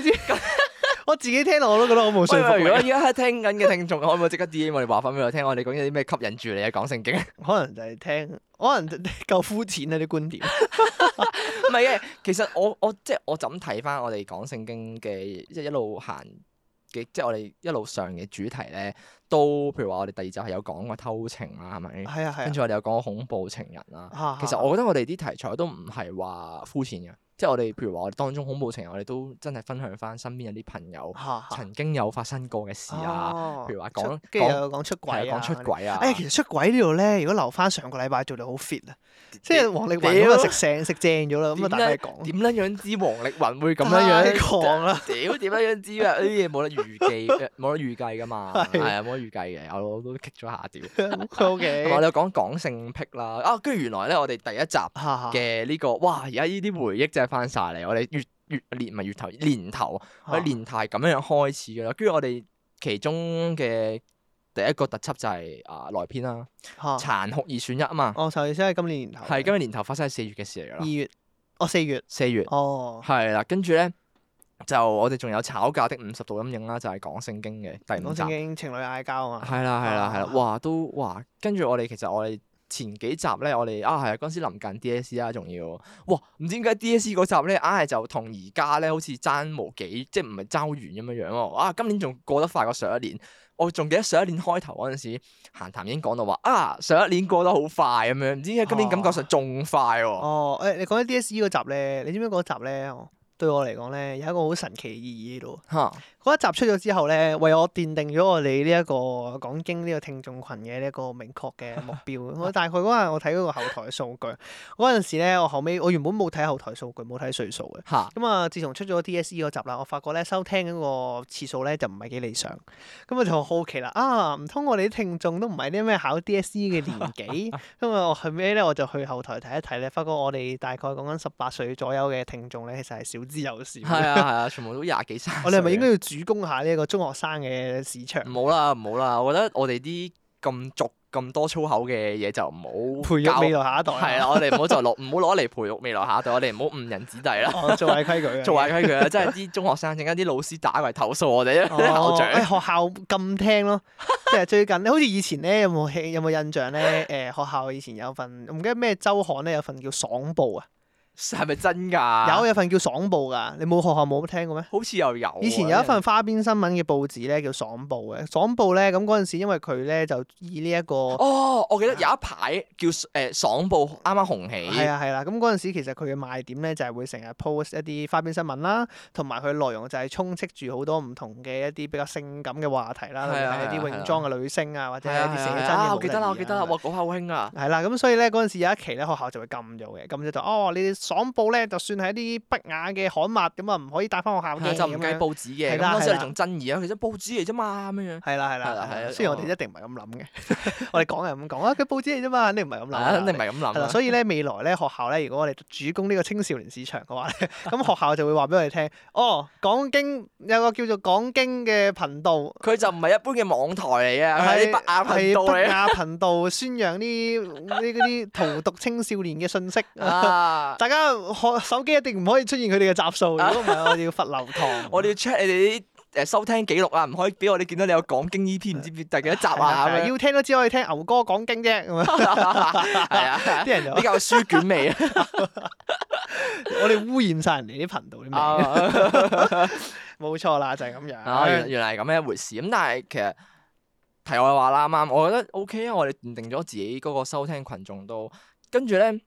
S2: 我自己聽落我都覺得好冇
S1: 喂
S2: 信服
S1: 喂，如果而
S2: 力，
S1: 家聽緊嘅聽眾，可唔可以即刻 D M 我哋話翻俾我聽，我哋講緊啲咩吸引住你啊？講 聖經唔
S2: 可能就係聽，可能 夠膚淺啊啲觀點。
S1: 係嘅，其實我我即係我就咁睇翻我哋講聖經嘅，即係一路行嘅，即係我哋一路上嘅主題咧，都譬如話我哋第二集係有講過偷情啦，係咪？
S2: 係啊係
S1: 跟
S2: 啊
S1: 住我哋有講過恐怖情人啦。
S2: 啊，
S1: 其實我覺得我哋啲題材都唔係話膚淺嘅，即係我哋譬如話我哋當中恐怖情人，我哋都真係分享翻身邊有啲朋友
S2: 啊
S1: 曾經有發生過嘅事啊，
S2: 哦
S1: 譬如話
S2: 出
S1: 講
S2: 跟住
S1: 講
S2: 又講出
S1: 係
S2: 軌
S1: 啊
S2: 啊，
S1: 講出軌啊，
S2: 哎呀，其實出軌呢度咧，如果留翻上個禮拜做到好 fit 啊，即係黃力宏
S1: 屌
S2: 咁啊食正食正咗啦，咁啊大家講
S1: 點樣樣知王力宏會咁
S2: 太
S1: 樣樣？
S2: 狂啦，
S1: 屌點樣樣知啊？呢啲嘢冇得預 計，嘅，冇得預計噶嘛，
S2: 係
S1: 係啊冇得預計嘅，我都棘咗下屌。
S2: O
S1: 同埋我
S2: K，
S1: 哋講講性癖啦，啊跟住原來咧我哋第一集。
S2: 嚇
S1: 嘅呢、個，哇！而家呢啲回憶真係翻晒嚟，我哋月月年唔係月頭年頭，我哋年頭係咁樣樣開始嘅啦。跟住我哋其中嘅第一個特輯就係、啊萊編啦，
S2: 嚇嚇，
S1: 殘酷二選一啊嘛，
S2: 我就先係今年年頭，
S1: 係今日年頭發生喺四月嘅事嚟㗎
S2: 哦二
S1: 啦，
S2: 月，哦四月，
S1: 四月
S2: 哦
S1: 係啦，跟住咧就我哋仲有吵架的五十度陰影啦，就係、講聖經嘅第五
S2: 講
S1: 集
S2: 聖，經情侶嗌交啊嘛，
S1: 係啦係啦係啦
S2: 啊，
S1: 哇都哇！跟住我哋其實我哋。前幾集咧，我哋啊係嗰陣時臨近 DSE 啦，仲要哇唔知點解 DSE 嗰集咧，硬係就同而家咧好似爭無幾，即係唔係爭好遠咁樣樣喎。啊，今年仲過得快過上一年，我仲記得上一年開頭嗰陣時，閒談已經講到話啊上一年過得好快咁樣，唔知點解今年感覺上仲快喎、
S2: 哦誒你講起 DSE 嗰集咧，你知唔知嗰集咧？對我嚟講咧，有一個好神奇嘅意義喺度。
S1: 嚇
S2: 嗰一集出咗之後咧，為我奠定咗我哋呢一個講經呢個聽眾群嘅呢一個明確嘅目標。我大概嗰日我睇嗰個後台嘅數據，嗰陣時咧我後尾我原本冇睇後台數據，冇睇歲數嘅。
S1: 嚇
S2: 咁啊，自從出咗 DSE 嗰集啦，我發覺咧收聽嗰個次數咧就唔係幾理想，咁我就好奇啦，啊唔通我哋啲聽眾都唔係啲咩考 DSE 嘅年紀？咁啊，我後尾咧我就去後台睇一睇咧，發覺我哋大概講緊十八歲左右嘅聽眾咧，其實係少之又少。
S1: 係啊係啊，全部都廿幾三十歲嘅。嗯
S2: 我哋係咪應該要主攻下呢一個中學生嘅市場，
S1: 唔好啦，唔好啦，我覺得我哋啲咁俗咁多粗口嘅嘢就唔好
S2: 培育
S1: 教
S2: 未來下一代？啊
S1: 係啊啦，我哋唔好就攞唔 好攞嚟培育未來下一代，我哋唔好誤人子弟 啦，
S2: 哦，做壞規矩啊！
S1: 做壞規矩啦，真係啲中學生陣間啲老師打嚟投訴我哋啲 校
S2: 哦哎
S1: 長。
S2: 學校禁聽咯， 即係最近好似以前咧，有冇 有冇印象咧？誒、學校以前有份唔記得咩周刊咧，有份叫《爽報》啊，
S1: 係咪真㗎？
S2: 有有份叫爽報㗎，你冇學校冇聽過咩？
S1: 好似又有啊。
S2: 以前有一份花邊新聞嘅報紙咧，叫爽報嘅。爽報咧，咁嗰陣時因為佢咧就以呢、一個
S1: 哦，我記得有一排叫誒、呃爽報啱啱紅起，
S2: 係啊係啦，咁嗰陣時其實佢嘅賣點咧就係會成日 post 一啲花邊新聞啦，同埋佢內容就係充斥住好多唔同嘅一啲比較性感嘅話題啦，例
S1: 係啊
S2: 如係一
S1: 係啊
S2: 啲泳裝嘅女星啊，或者
S1: 係
S2: 係
S1: 啊
S2: 一啲寫
S1: 係啊
S2: 真嘅
S1: 啊
S2: 模
S1: 我記得啦，
S2: 特兒
S1: 我記得啦，
S2: 啊
S1: 哇，嗰下好興啊！
S2: 係啦，咁所以咧嗰陣時有一期咧學校就會禁咗嘅，禁咗就哦呢啲爽報咧就算係一啲不雅嘅刊物咁啊，唔可以帶翻學校
S1: 係啊
S2: 嘅
S1: 就唔
S2: 咁
S1: 計
S2: 樣。
S1: 報紙嘅，咁
S2: 係啦
S1: 嗰陣時
S2: 係
S1: 你
S2: 啦
S1: 仲爭議啊，其實報紙嚟啫嘛，咁樣樣。
S2: 係啦
S1: 係
S2: 係啦
S1: 啦
S2: 係
S1: 係
S2: 啦，
S1: 啊
S2: 雖然我哋一定唔係咁諗嘅， 我哋講係咁講啊，佢報紙嚟啫嘛，肯定唔係咁諗
S1: 嗱，
S2: 啦。
S1: 啊肯定唔係咁諗
S2: 係啦，
S1: 啦。
S2: 所以咧未來咧學校咧，如果我哋主攻呢個青少年市場嘅 話咧，咁學校就會話俾我哋聽，哦，港經有個叫做港經嘅頻道。
S1: 佢就唔係一般嘅網台嚟啊，佢係啲北
S2: 係
S1: 亞頻道
S2: 係北
S1: 嚟
S2: 亞頻道宣揚呢呢嗰啲荼毒青少年嘅信息，
S1: 啊！
S2: 大家學手機一定唔可以出現佢哋嘅集數，如果唔係我哋要罰留 堂。
S1: 我哋要 check 你哋啲誒收聽記錄啊，唔可以俾我哋見到你有講經 EP，唔知第幾 多集
S2: 係啊
S1: 啊
S2: 係啊
S1: 咁樣。
S2: 要聽都只可以聽牛哥講經啫，咁樣
S1: 係啊，
S2: 啲人就
S1: 比較書卷味啊。
S2: 我哋污染晒人哋啲頻 道啲名，冇錯啦，就係 咁
S1: 啊，
S2: 樣
S1: 原。原來係咁樣一回事。咁但係其實題外話啦，啱啱我覺得 O K 啊，我哋奠定咗自己嗰個收聽群眾都跟住咧，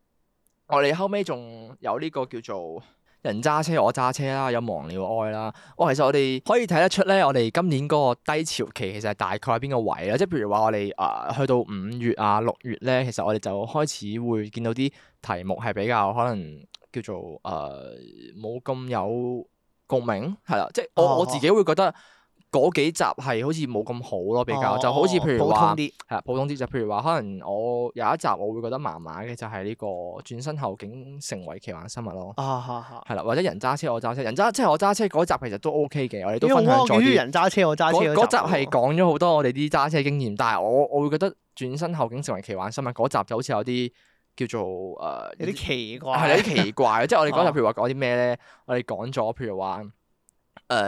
S1: 我哋後尾仲有呢個叫做人揸車我揸車啦，有忘了愛啦。哇，其實我哋可以睇得出咧，我哋今年嗰個低潮期其實係大概喺邊個位啦？即係譬如話我哋啊、去到五月啊六月咧，其實我哋就開始會見到啲題目係比較可能叫做誒冇咁有共鳴，係啦，即係我、
S2: 哦
S1: 我自己會覺得。嗰幾集係好似冇咁好咯，比較、
S2: 哦
S1: 就好似譬如
S2: 普通
S1: 話
S2: 啲。
S1: 係啊啦，普通啲就譬如話，可能我有一集我會覺得麻麻嘅，就係呢個轉身後竟成為奇幻生物咯。
S2: 啊哈哈！
S1: 係啦，或者人揸車我揸車，人揸車我揸車嗰集其實都 OK 嘅，我哋都
S2: 因為
S1: 分享
S2: 我
S1: 咗
S2: 見啲
S1: 啲。
S2: 人揸車，我揸
S1: 嗰
S2: 車
S1: 嗰集係講咗好多我哋啲揸車經驗，但係我我會覺得轉身後竟成為奇幻生物嗰集就好似有啲叫做誒、呃
S2: 有啲奇怪，
S1: 係有啲奇 怪，即係我哋嗰
S2: 哦
S1: 集譬如話講啲咩咧，我哋講咗譬如話誒、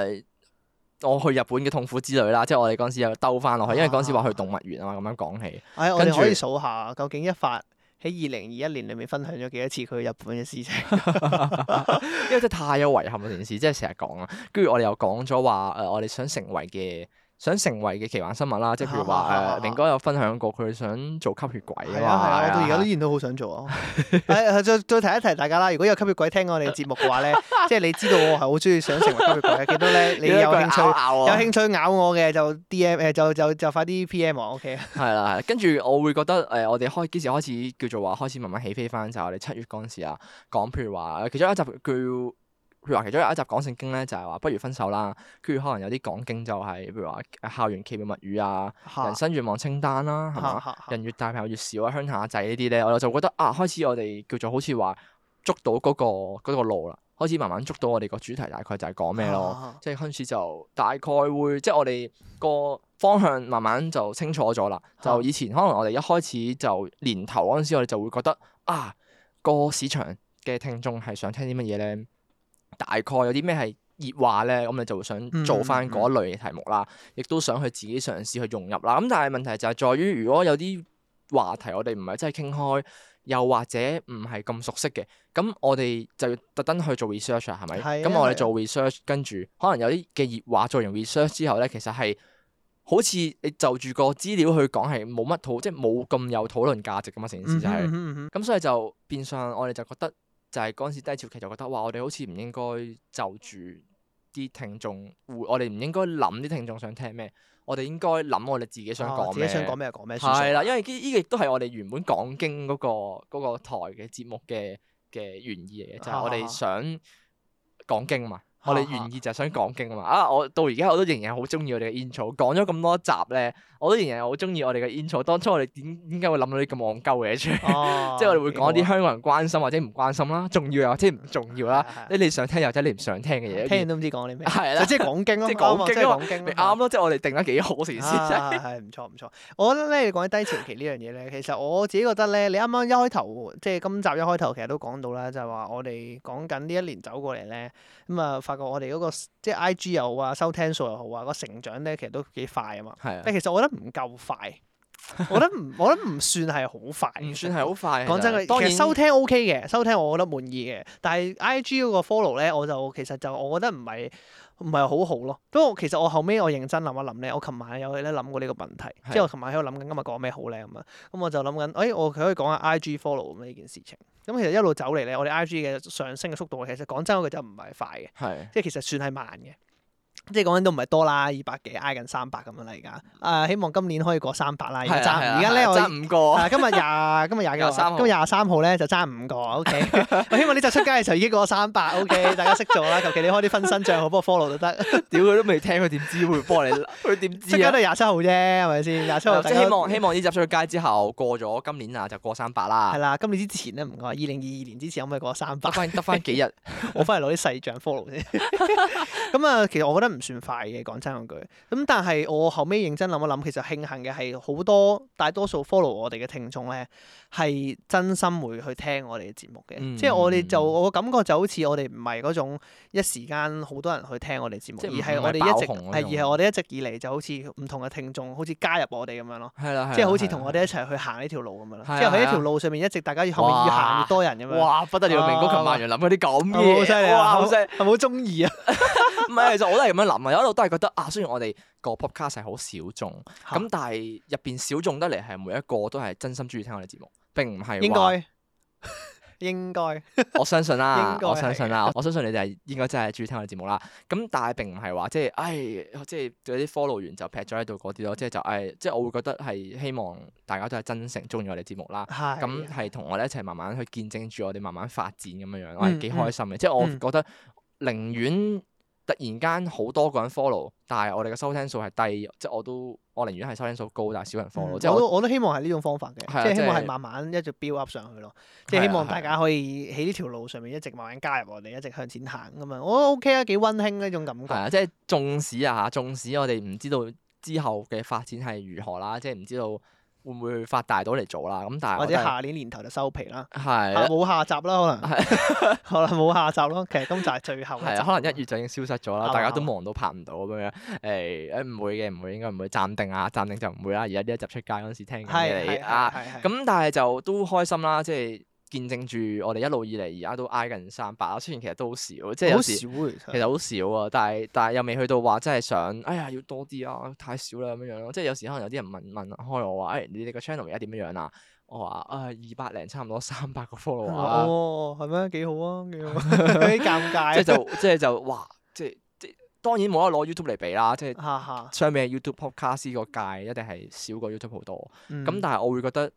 S1: 我去日本嘅痛苦之旅啦，即係我哋嗰陣時又兜翻落去，因為嗰陣時話去動物園啊嘛，咁樣講起。
S2: 哎我哋
S1: 跟住
S2: 可以數下究竟一發喺二零二一年裏面分享咗幾多次佢去日本嘅事情？
S1: 因為真係太有遺憾啦，件事即係成日講啦。跟住我哋又講咗話誒，我哋想成為嘅想成為嘅奇幻生物啦，即係譬如
S2: 啊啊啊
S1: 話
S2: 啊
S1: 誒，明哥有分享過佢想做吸血鬼
S2: 係啊係
S1: 嘛
S2: 啊，我到而家 都
S1: 係啊
S2: 依然都好想做啊！ 係係再再提一提大家啦，如果有吸血鬼聽我哋節目嘅 話咧，即係你知道我係好中意想成為吸血鬼嘅，記得咧你
S1: 記得
S2: 有
S1: 佢
S2: 興
S1: 咬
S2: 趣。
S1: 咬
S2: 有
S1: 啊
S2: 興趣咬我嘅就 D M 誒就就就快啲 P M 我 OK
S1: 係啦，係啦跟住我會覺得誒、呃我哋開幾時開始叫做話開始慢慢起飛翻，就係我哋七月嗰陣時啊，講譬如話，其中有一集叫譬如話，其中有一集講聖經咧，就係話不如分手啦。跟住可能有啲講經就係、譬如話校園奇妙物語啊、人生願望清單啦，係嘛？人越大朋友越少啊，鄉下仔呢啲咧，我就覺得啊，開始我哋叫做好似話捉到嗰、個嗰個路啦，開始慢慢捉到我哋個主題大概就係講咩咯。即係開始就大概會，即係我哋個方向慢慢就清楚咗啦。
S2: 啊
S1: 就以前可能我哋一開始就年頭嗰陣時，我哋就會覺得啊，個市場嘅聽眾係想聽啲乜嘢咧？大概有啲咩係熱話咧？咁你就會
S2: 嗯
S1: 想做翻嗰類嘅題目啦，亦都想去自己嘗試去融入啦。咁但係問題就係在於，如果有啲話題我哋唔係真係傾開，又或者唔係咁熟悉嘅，咁我哋就要特登去做 research 啊，係咪？
S2: 係
S1: 咁
S2: 啊
S1: 我
S2: 係啊
S1: 哋做 research，跟住可能有啲嘅熱話，做完 research 之後咧，其實係好似你就住個資料去講係冇乜討，即係冇咁有討論價值噶嘛，成件
S2: 嗯
S1: 事就係、咁所以就變相我哋就覺得就係嗰陣時低潮期就覺得哇，我哋好似唔應該就住啲聽眾，會我哋唔應該諗啲聽眾想聽咩，我哋應該諗我哋自己想講
S2: 哦自
S1: 咩。
S2: 己想講咩就講咩算數
S1: 係啦，因為呢呢個亦都係我哋原本講經嗰、個嗰、個台嘅節目嘅嘅原意嚟嘅，就係、我哋想講經嘛。我哋原意就係想講經嘛。啊，我到而家我都仍然好中意我哋嘅 intro，講咗咁多集咧，我都仍然好中意我哋嘅 intro。當初我哋點點解會諗到啲咁戇鳩嘅嘢 出嚟？
S2: 哦
S1: 即係我哋會講啲香港人關心或者唔關心啦，重要又或者唔重要啦，即係你想聽又或者你唔想聽嘅嘢。
S2: 聽完都唔知講啲 咩，
S1: 係啦
S2: 就即係講經咯，
S1: 即係講經
S2: 啱啊即係講經
S1: 咪
S2: 咯
S1: 啱咯，即係我哋定得幾好成件事真係。
S2: 啊，係唔錯唔錯。我覺得咧，你講起低潮期呢樣嘢咧，其實我自己覺得咧，你啱啱一開頭即係今集一開頭其實都講到啦，就係話我哋講緊呢一年走過嚟咧，咁啊發覺我哋嗰個即係 I G 又好啊，收聽數又好啊，個成長咧其實都幾快啊嘛。
S1: 係啊
S2: 但其實我覺得唔夠快，我覺得唔，我覺得唔算係好快，
S1: 唔算係。好快。
S2: 講真，佢
S1: 當
S2: 其
S1: 然
S2: 實收聽 O K 嘅，收聽我覺得滿意嘅。但係 I G 嗰個 follow 咧，我就其實就我覺得唔係唔係好好咯。不過其實我後尾我認真諗一諗咧，我琴晚有咧諗過呢個問題，即係我琴晚喺度諗緊今日講咩好咧咁啊。咁我就諗緊，誒、我可以講下 I G follow 咁呢件事情。咁其實一路走嚟咧，我哋 I G 嘅上升嘅速度，其實講真嗰句就唔係快嘅。
S1: 係
S2: 即係其實算係慢嘅。即係講緊都唔係多啦，二百幾挨近三百咁樣啦而家。啊，希望今年可以過三百啦。而家
S1: 係啊
S2: 爭，而家咧我
S1: 爭五個，
S2: 啊今日廿今日廿幾號
S1: 廿三號
S2: 啊，今日廿三號咧就爭五個，OK。我 希望呢集出街嘅時候已經過三百，OK，大 家識做啦。求其你開啲分身帳號幫我 follow 就得，
S1: 屌佢都未聽，佢點知會幫 你？佢點
S2: 出
S1: 知
S2: 街
S1: 啊
S2: 都？係廿七號啫，係啊咪先？廿七號
S1: 即
S2: 大
S1: 係
S2: 家
S1: 希望希望呢集出咗街之後，過咗今年啊就過三百
S2: 係
S1: 啦，
S2: 啦。今年之前咧唔該，二零二二年之前可唔可以過三百
S1: 得？ 翻得翻幾日。
S2: 我翻嚟攞啲細象 follow 先。 咁啊，其實我覺得唔算快嘅，講真嗰句。咁但係我後尾認真諗一諗，其實慶幸嘅係好多大多數 follow 我哋嘅聽眾咧，係真心會去聽我哋嘅節目嘅。
S1: 嗯
S2: 即係我哋就我感覺就好似我哋唔係嗰種一時間好多人去聽我哋節目，
S1: 即係唔
S2: 而係
S1: 唔係
S2: 我哋一直
S1: 爆紅嗰種
S2: 係而係我哋一直以嚟就好似唔同嘅聽眾，好似加入我哋咁樣咯。
S1: 係啦，
S2: 即係好似同我哋一齊去行呢條路咁樣咯。
S1: 係啊
S2: 即係喺
S1: 係
S2: 一
S1: 啊
S2: 條路上面一直大家後面越行越多人咁樣。
S1: 哇不得了，明哥琴晚原來諗嗰啲咁
S2: 係咪好
S1: 嘅
S2: 犀利
S1: 嘢，哇
S2: 啊！
S1: 好犀利！
S2: 係咪好中意啊？
S1: 唔係，其實我都係咁樣諗啊，我一路都係覺得啊，雖然我哋個 podcast 係好小眾，
S2: 嚇
S1: 咁但係入邊小眾得嚟係每一個都係真心中意聽我哋節目，並唔係
S2: 應
S1: 話
S2: 該 應該
S1: 我相信啦
S2: 應，該
S1: 我相信啦，我相信你哋係應該真係中意聽我哋節目啦。咁但係並唔係話即係，唉，即係嗰啲 follow 完就劈咗喺度嗰啲咯，即係就唉，即係我會覺得係希望大家都係真誠中意我哋節目啦。
S2: 係啊
S1: 咁係同我哋一齊慢慢去見證住我哋慢慢發展咁樣樣，我係幾
S2: 嗯
S1: 開心嘅。即係我
S2: 嗯
S1: 覺得寧願突然間好多個人 follow，但係我哋嘅收聽數係低，即係我都我寧願係收聽數高，但係少人 follow。
S2: 嗯
S1: 即係
S2: 我
S1: 我
S2: 都我都希望係呢種方法
S1: 係啊
S2: 嘅，即係希望
S1: 即係
S2: 係慢慢一直 build up 上去咯，
S1: 係
S2: 即
S1: 啊
S2: 係希望大家可以喺呢條路上面一直慢慢加入我哋，一直向前行咁啊！我 OK 啊，幾温馨呢種感
S1: 係
S2: 覺。
S1: 啊，即係縱使啊嚇，縱使我哋唔知道之後嘅發展係如何啦，即係唔知道會唔會發大到嚟做啦。咁但係
S2: 或
S1: 我
S2: 者
S1: 覺得
S2: 下年年頭就收皮啦，
S1: 係
S2: 啊
S1: 啊
S2: 冇下集啦，可能 可能冇下集咯。其實今集係最後一集
S1: 係啊，可能一月就已經消失咗啦，
S2: 啱啊
S1: 大家都
S2: 啱啊
S1: 忙到拍唔到咁樣。誒誒唔會嘅，唔會應該唔會暫定啊，暫定就唔會啦。而家呢一集出街嗰陣時聽緊嘅你
S2: 係
S1: 啊
S2: 係。係咁
S1: 咁但係就都開心啦，即係見證住我哋一路以嚟而家都挨近三百啦。雖然其實都好少，即係有
S2: 好
S1: 時
S2: 少
S1: 其
S2: 啊
S1: 實好少啊，但係但係又未去到話真係想，哎呀要多啲啊，太少啦咁樣樣咯。即係有時可能有啲人問問開我話，誒、哎你哋個 channel 而家點樣樣啊？我話啊二百零差唔多三百個 follow
S2: 其實，
S1: 啊，
S2: 哦係咩？幾好啊，幾好啊，有啲 尷
S1: 即
S2: 尬
S1: 係 就即係就哇，即係即係當然冇得攞 YouTube 嚟比啦，即係。
S2: 啊，下下
S1: 相比起 YouTube podcast 呢個界，一定係少過 YouTube 好多。咁、
S2: 咁
S1: 但係我會覺得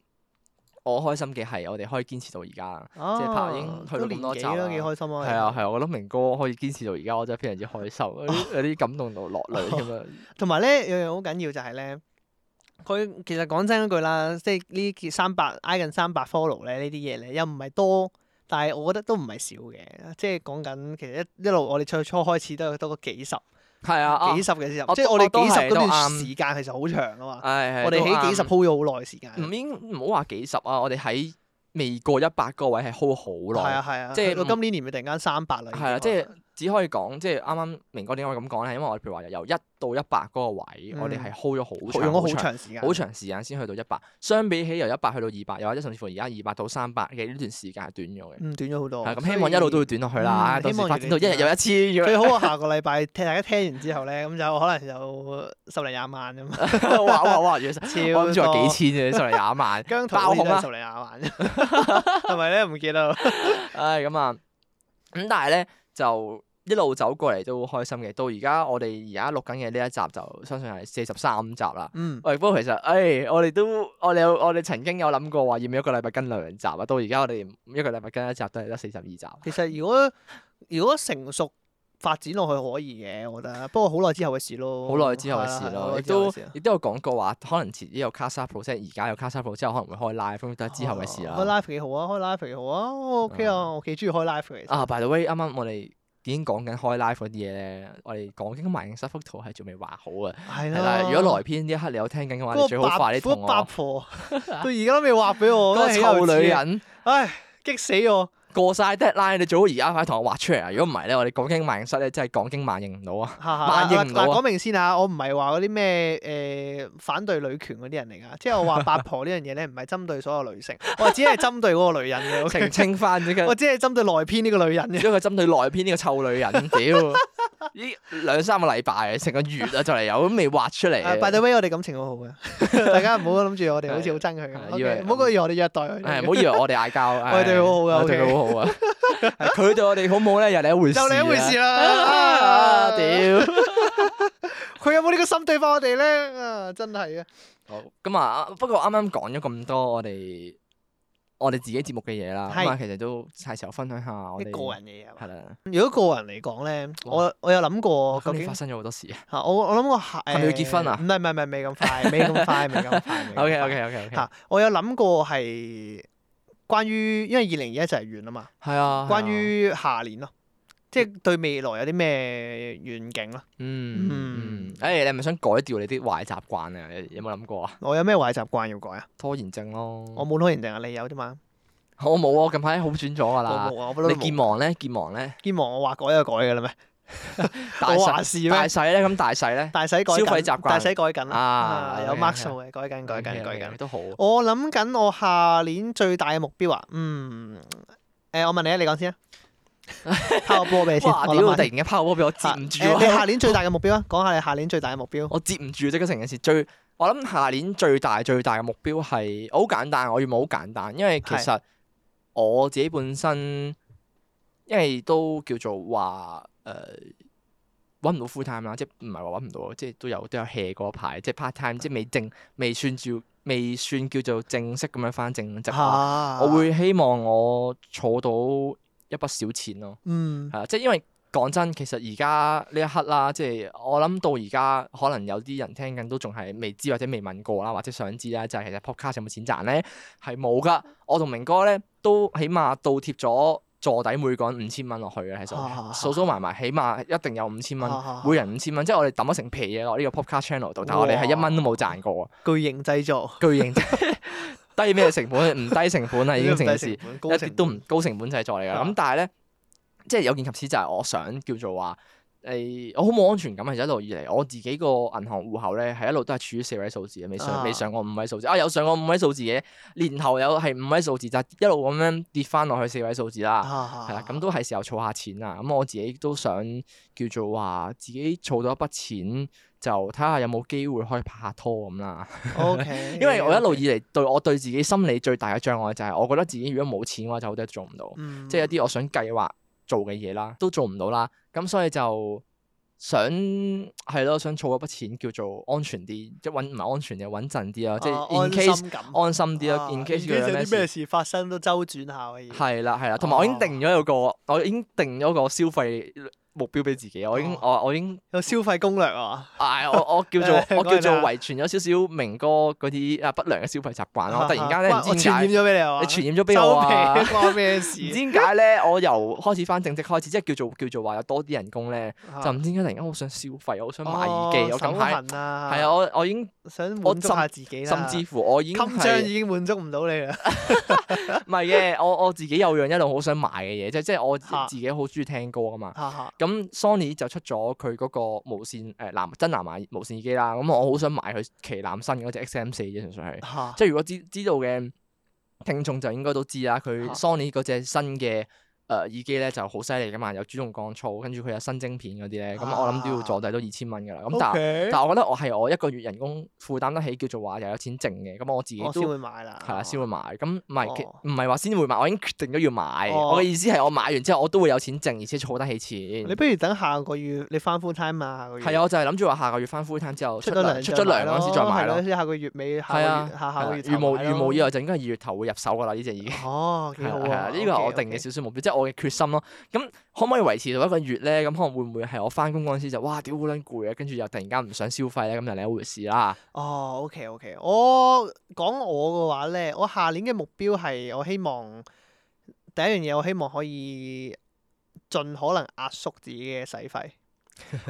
S1: 我開心嘅係我哋可以堅持到而家啦。
S2: 即
S1: 係拍已經去到咁多集啦
S2: 哦都幾開心啊！
S1: 係啊係啊，我覺得明哥可以堅持到而家，我真係非常之開心，有啲有啲感動到落淚咁樣。
S2: 同埋咧，有樣好緊要就係咧，佢其實講真嗰句啦，即係呢件三百挨近三百 follow 咧，呢啲嘢咧又唔係多，但係我覺得都唔係少嘅，即係講緊其實一一路我哋最初開始都有多過幾十、
S1: 係啊，啊
S2: 幾十嘅時候，
S1: 我
S2: 即係我
S1: 我都
S2: 哋幾十
S1: 係都
S2: 嗰段
S1: 啱
S2: 時間其實好長啊嘛，
S1: 唉
S2: 我哋喺幾十 hold 咗好耐時間，
S1: 唔應唔好話幾十啊，我哋喺未過一百個位係 hold
S2: 係
S1: 好耐
S2: 啊。係啊，
S1: 即係
S2: 去到
S1: 唔
S2: 今年年尾突然間三百啦，
S1: 係啦，啊即係只可以講，即係啱啱明哥點解我咁講咧？因為我哋譬如話由一到一百嗰個位，我哋係 hold 咗好長
S2: 用咗
S1: 好
S2: 嗯好
S1: 長
S2: 長時間，
S1: 好長時間先去到一百。相比起由一百去到二百，又或者甚至乎而家二百到三百嘅呢段時間係短咗嘅。
S2: 嗯短咗好多，
S1: 係啊咁，希望一路都會短落去啦。
S2: 嗯
S1: 到
S2: 希
S1: 時
S2: 望
S1: 發展到一日
S2: 越嚟越
S1: 有一千 咁樣
S2: 最好我下個禮拜聽大家聽完之後咧，咁就可能有十零廿萬 咁，啊
S1: 哇哇哇！如果
S2: 超
S1: 我諗住話
S2: 多，
S1: 幾千啫，上嚟廿萬
S2: 姜
S1: 爆
S2: 濤
S1: 紅
S2: 紅
S1: 啊
S2: 啊，十零廿萬， 係咪咧？唔記得啦。
S1: 唉咁啊，咁但係咧就一路走過嚟都開心嘅。到而家我哋而家錄緊嘅呢一集就相信係四十三集啦。
S2: 嗯，
S1: 喂，不過其實，唉，我哋都我哋有我哋曾經有諗過話要唔要一個禮拜跟兩集啊，到而家我哋一個禮拜跟一集都係得四十二集。
S2: 其實如果如果成熟發展落去可以嘅，我覺得。不過好耐之後嘅事咯，
S1: 好耐之後嘅
S2: 係
S1: 事
S2: 啦好
S1: 咯，
S2: 耐
S1: 亦
S2: 之後
S1: 都
S2: 嘅事啊
S1: 亦都有講過話，可能遲啲有 Casa Pro，即係而家有 Casa Pro 之後，可能會開 live，咁都係之後嘅事
S2: 開
S1: 啦。嗯
S2: live 幾好啊！開 live 幾好啊我！OK 啊，我幾中意開 live 嘅。其實
S1: 啊，by the way，啱啱我哋已經講緊開 live 嗰啲嘢咧，我哋講緊埋影室幅圖係仲未畫好啊。
S2: 係
S1: 係
S2: 啦哦
S1: 啦，，如果來篇呢一刻你有聽緊嘅話，你
S2: 嗰
S1: 最
S2: 個
S1: 好快
S2: 八
S1: 啲
S2: 嗰
S1: 同
S2: 個八
S1: 我
S2: 婆，到而家都未畫俾我，
S1: 嗰個
S2: 真係豈有
S1: 臭女
S2: 此
S1: 啊
S2: 理，
S1: 人，
S2: 唉，激死我！
S1: 過晒 deadline，你最好而家快啲同我畫出嚟啊！如果唔係咧，我哋講經萬應室咧，真係講經萬應唔到 啊！萬應唔到啊
S2: 嗱，講明先嚇，我唔係話嗰啲咩誒反對女權嗰啲人嚟㗎，即係我話八婆呢樣嘢咧，唔係針對所有女 性，我只係針對嗰個女人嘅。
S1: 澄
S2: OK？
S1: 清翻 呢個
S2: 我，只係針對內篇呢個女人嘅。
S1: 因為佢針對內篇呢個臭女 人，屌，咦兩三個禮拜，成個月啊就嚟有都未畫出嚟
S2: 啊
S1: 啊。
S2: by the way，我哋感情好好 嘅，大家唔好諗住我哋好似好憎佢
S1: 係
S2: 咁
S1: 以為
S2: OK，唔好以為我哋虐待
S1: 係
S2: 佢哋。
S1: 唔好以為我哋嗌交，
S2: 我哋對佢好好㗎
S1: 我哋對佢好好啊。係佢對我哋好唔好咧，又另一回事。
S2: 就另一回 事
S1: 啊！
S2: 啦。！
S1: 屌，
S2: 佢有冇呢個心對翻我哋咧？啊，真係啊！
S1: 好咁啊！不過啱啱講咗咁多我哋我哋自己節目嘅嘢啦，
S2: 係
S1: 咁啊，其實都係時候分享下我
S2: 啲
S1: 哋
S2: 個人嘅嘢係
S1: 係
S2: 嘛？
S1: 啦。
S2: 如果個人嚟講咧，我我有諗過哦究
S1: 咁你
S2: 竟
S1: 發生咗好多事啊
S2: 嚇我我諗過係
S1: 係咪要結婚啊
S2: 唔係唔係唔係，未咁快，未咁快，未咁快。未 咁快
S1: ！OK OK OK OK，
S2: 嚇，我有諗過係關於，因為二零二一就係完啦嘛，
S1: 係啊。
S2: 關於下年咯，即係對未來有啲咩願景咯。
S1: 嗯嗯，誒，你係咪想改掉你啲壞習慣啊？你有冇諗過啊？
S2: 我有咩壞習慣要改啊？
S1: 拖延症咯，
S2: 我冇拖延症啊，你有啫嘛。
S1: 我冇啊，我近排好轉咗㗎
S2: 我
S1: 啦。
S2: 冇啊，我不嬲
S1: 你
S2: 都
S1: 健
S2: 冇。
S1: 忘咧，健忘咧，
S2: 健忘我話改就改㗎啦咩？
S1: 大
S2: 我
S1: 細
S2: 話事
S1: 大
S2: 咩？
S1: 細咧，咁大細咧。
S2: 大使改
S1: 消
S2: 緊
S1: 費習慣
S2: 大使改緊啦
S1: 啊
S2: 啊，有
S1: OK，
S2: mark
S1: 係
S2: 數嘅，改緊改緊改緊。
S1: 嗯都好。
S2: 我諗緊我下年最大嘅目標啊，嗯，誒，我問你啊，你講先 啊，拋個波俾你先，
S1: 哇！
S2: 我
S1: 屌，
S2: 諗
S1: 突
S2: 下
S1: 然間拋波俾我接唔住
S2: 誒你
S1: 啊！
S2: 下年最大嘅目標啊，講下你下年最大嘅目標。
S1: 我接唔住即刻成件事最，我諗下年最大最大嘅目標係我好簡單，我要望好簡單，因為其實我自己本身因為都叫做話誒揾唔到 full time 啦，即係唔係話揾唔到，即係都有都有 hea 過一排，即係 part time，即係未正未算叫未算叫做正式咁樣翻正職啦。
S2: 啊
S1: 我會希望我儲到一筆小錢咯。
S2: 嗯
S1: 係啦，啊即係因為講真，其實而家呢一刻啦，即係我諗到而家可能有啲人聽緊都仲係未知或者未問過啦，或者想知啦，就係、其實 podcast 有冇錢賺咧？係冇噶，我同明哥咧都起碼倒貼咗坐底每個人五千蚊落去嘅，其實
S2: 啊
S1: 數數埋埋起碼一定有五千蚊。
S2: 啊
S1: 每人五千蚊，即係我哋抌咗成皮嘢落呢個 podcast channel 度，但係我哋係一蚊都冇賺過啊！
S2: 巨型製作，
S1: 巨 型 低咩成本？唔低成本啦，已經成件 事。
S2: 本，
S1: 一啲都唔高成本製作嚟㗎。咁
S2: 啊
S1: 但係咧，即係有見及此就係我想叫做話誒，我好冇安全感。啊其實一路以嚟，我自己個銀行戶口咧係一路都係處於四位數字嘅，未上
S2: 啊
S1: 未上過五位數字。啊，有上過五位數字嘅，年頭有係五位數字，就係一路咁樣跌翻落去四位數字啦。
S2: 係
S1: 啊係啦，咁都係時候儲下錢啦。咁我自己都想叫做話自己儲到一筆錢，就睇下有冇機會可以拍下拖咁啦。
S2: OK，
S1: 因為我一
S2: 嗯
S1: 路以嚟對我對自己心理最大嘅障礙就係我覺得自己如果冇錢嘅話就好多嘢都做唔到，
S2: 嗯
S1: 即係一啲我想計劃做嘅嘢啦，都做唔到啦。咁所以就想係咯，想儲一筆錢叫做安全啲，即係穩唔係安全嘅穩陣啲啦，即
S2: 啊
S1: 係 in
S2: 安
S1: case
S2: 心感
S1: 安心啲
S2: 啊
S1: 咯，in case 佢有
S2: 有
S1: 咩
S2: 啲咩
S1: 事。
S2: 事哦發生都周轉下嘅嘢。
S1: 係啦係啦，同埋我已經定咗有個，我已經定咗個消費目標俾自己，我已經
S2: 哦
S1: 我我已經
S2: 有消費攻略啊！
S1: 唉，我我叫 做我
S2: 講
S1: 叫
S2: 完
S1: 做
S2: 啦
S1: 遺傳咗少少明哥嗰啲啊不良嘅消費習慣咯，我突然間咧
S2: 哇
S1: 唔知
S2: 我
S1: 點
S2: 傳
S1: 解
S2: 染。咗俾你啊！
S1: 你傳染咗俾我啊！
S2: 收
S1: 唔
S2: 皮關我咩
S1: 知
S2: 事？
S1: 點解咧，我由開始翻正職開始，即係叫做叫做話有多啲人工咧，就
S2: 啊
S1: 唔知點解突然間好想消費，好想買耳機。我
S2: 哦手
S1: 近排
S2: 痕啊，
S1: 係啊，，我我已經
S2: 想滿足下自己
S1: 甚
S2: 啦。
S1: 至乎我已經
S2: 襟章
S1: 係
S2: 已經滿足唔到你 啦。
S1: 唔係嘅，我我自己有樣一路好想買嘅嘢，即係即係我
S2: 嚇
S1: 自己好中意聽歌啊嘛。
S2: 哈哈
S1: 咁 Sony 就出咗佢嗰個無線誒藍真藍牙無線耳機啦，咁我好想買佢旗艦新嗰隻 XM 四啫，純粹係。
S2: 哈
S1: 即係如果知知道嘅聽眾就應該都知啦，佢
S2: 啊
S1: Sony 嗰隻新嘅誒、呃耳機咧就好犀利噶嘛，有主動降噪，跟住佢有新晶片嗰啲咧，咁我諗都要
S2: 啊
S1: 坐底都二千蚊噶啦。咁但係
S2: OK，
S1: 但係我覺得我係我一個月人工負擔得起，叫做話又有錢剩嘅，咁我自己
S2: 我
S1: 都
S2: 哦先會買啦。
S1: 係啦先會買。咁唔係其
S2: 哦
S1: 唔係話先會買，我已經決定咗要買。
S2: 哦
S1: 我嘅意思係我買完之後我都會有錢剩，而且儲得起
S2: 你
S1: 錢。
S2: 不如等下個月你翻 full time 啊，下個月
S1: 係啊，我就係諗住話下個月翻 full time 之後
S2: 出
S1: 出
S2: 咗
S1: 糧
S2: 糧
S1: 出咗糧嗰陣時再買
S2: 係
S1: 咯。
S2: 即係下個月尾，下個
S1: 係啊
S2: 月，下下個月
S1: 係啊
S2: 頭
S1: 如無
S2: 買
S1: 如
S2: 咯
S1: 無意外就應該係二月頭會入手噶啦，呢隻已經。
S2: 哦，幾
S1: 係
S2: 好
S1: 啦係啦
S2: 啊！
S1: 呢個係我定嘅
S2: OK，OK
S1: 少少目標，即係我嘅決心咯。咁可唔可以維持到一個月咧？咁可能會唔會係我翻工嗰陣時就哇屌好撚攰啊，跟住又突然間唔想消費咧，咁就另一回事 啦。
S2: 哦，OK OK，我講我嘅話咧，我下年嘅目標係我希望第一樣嘢，我希望可以盡可能壓縮自己嘅 使費。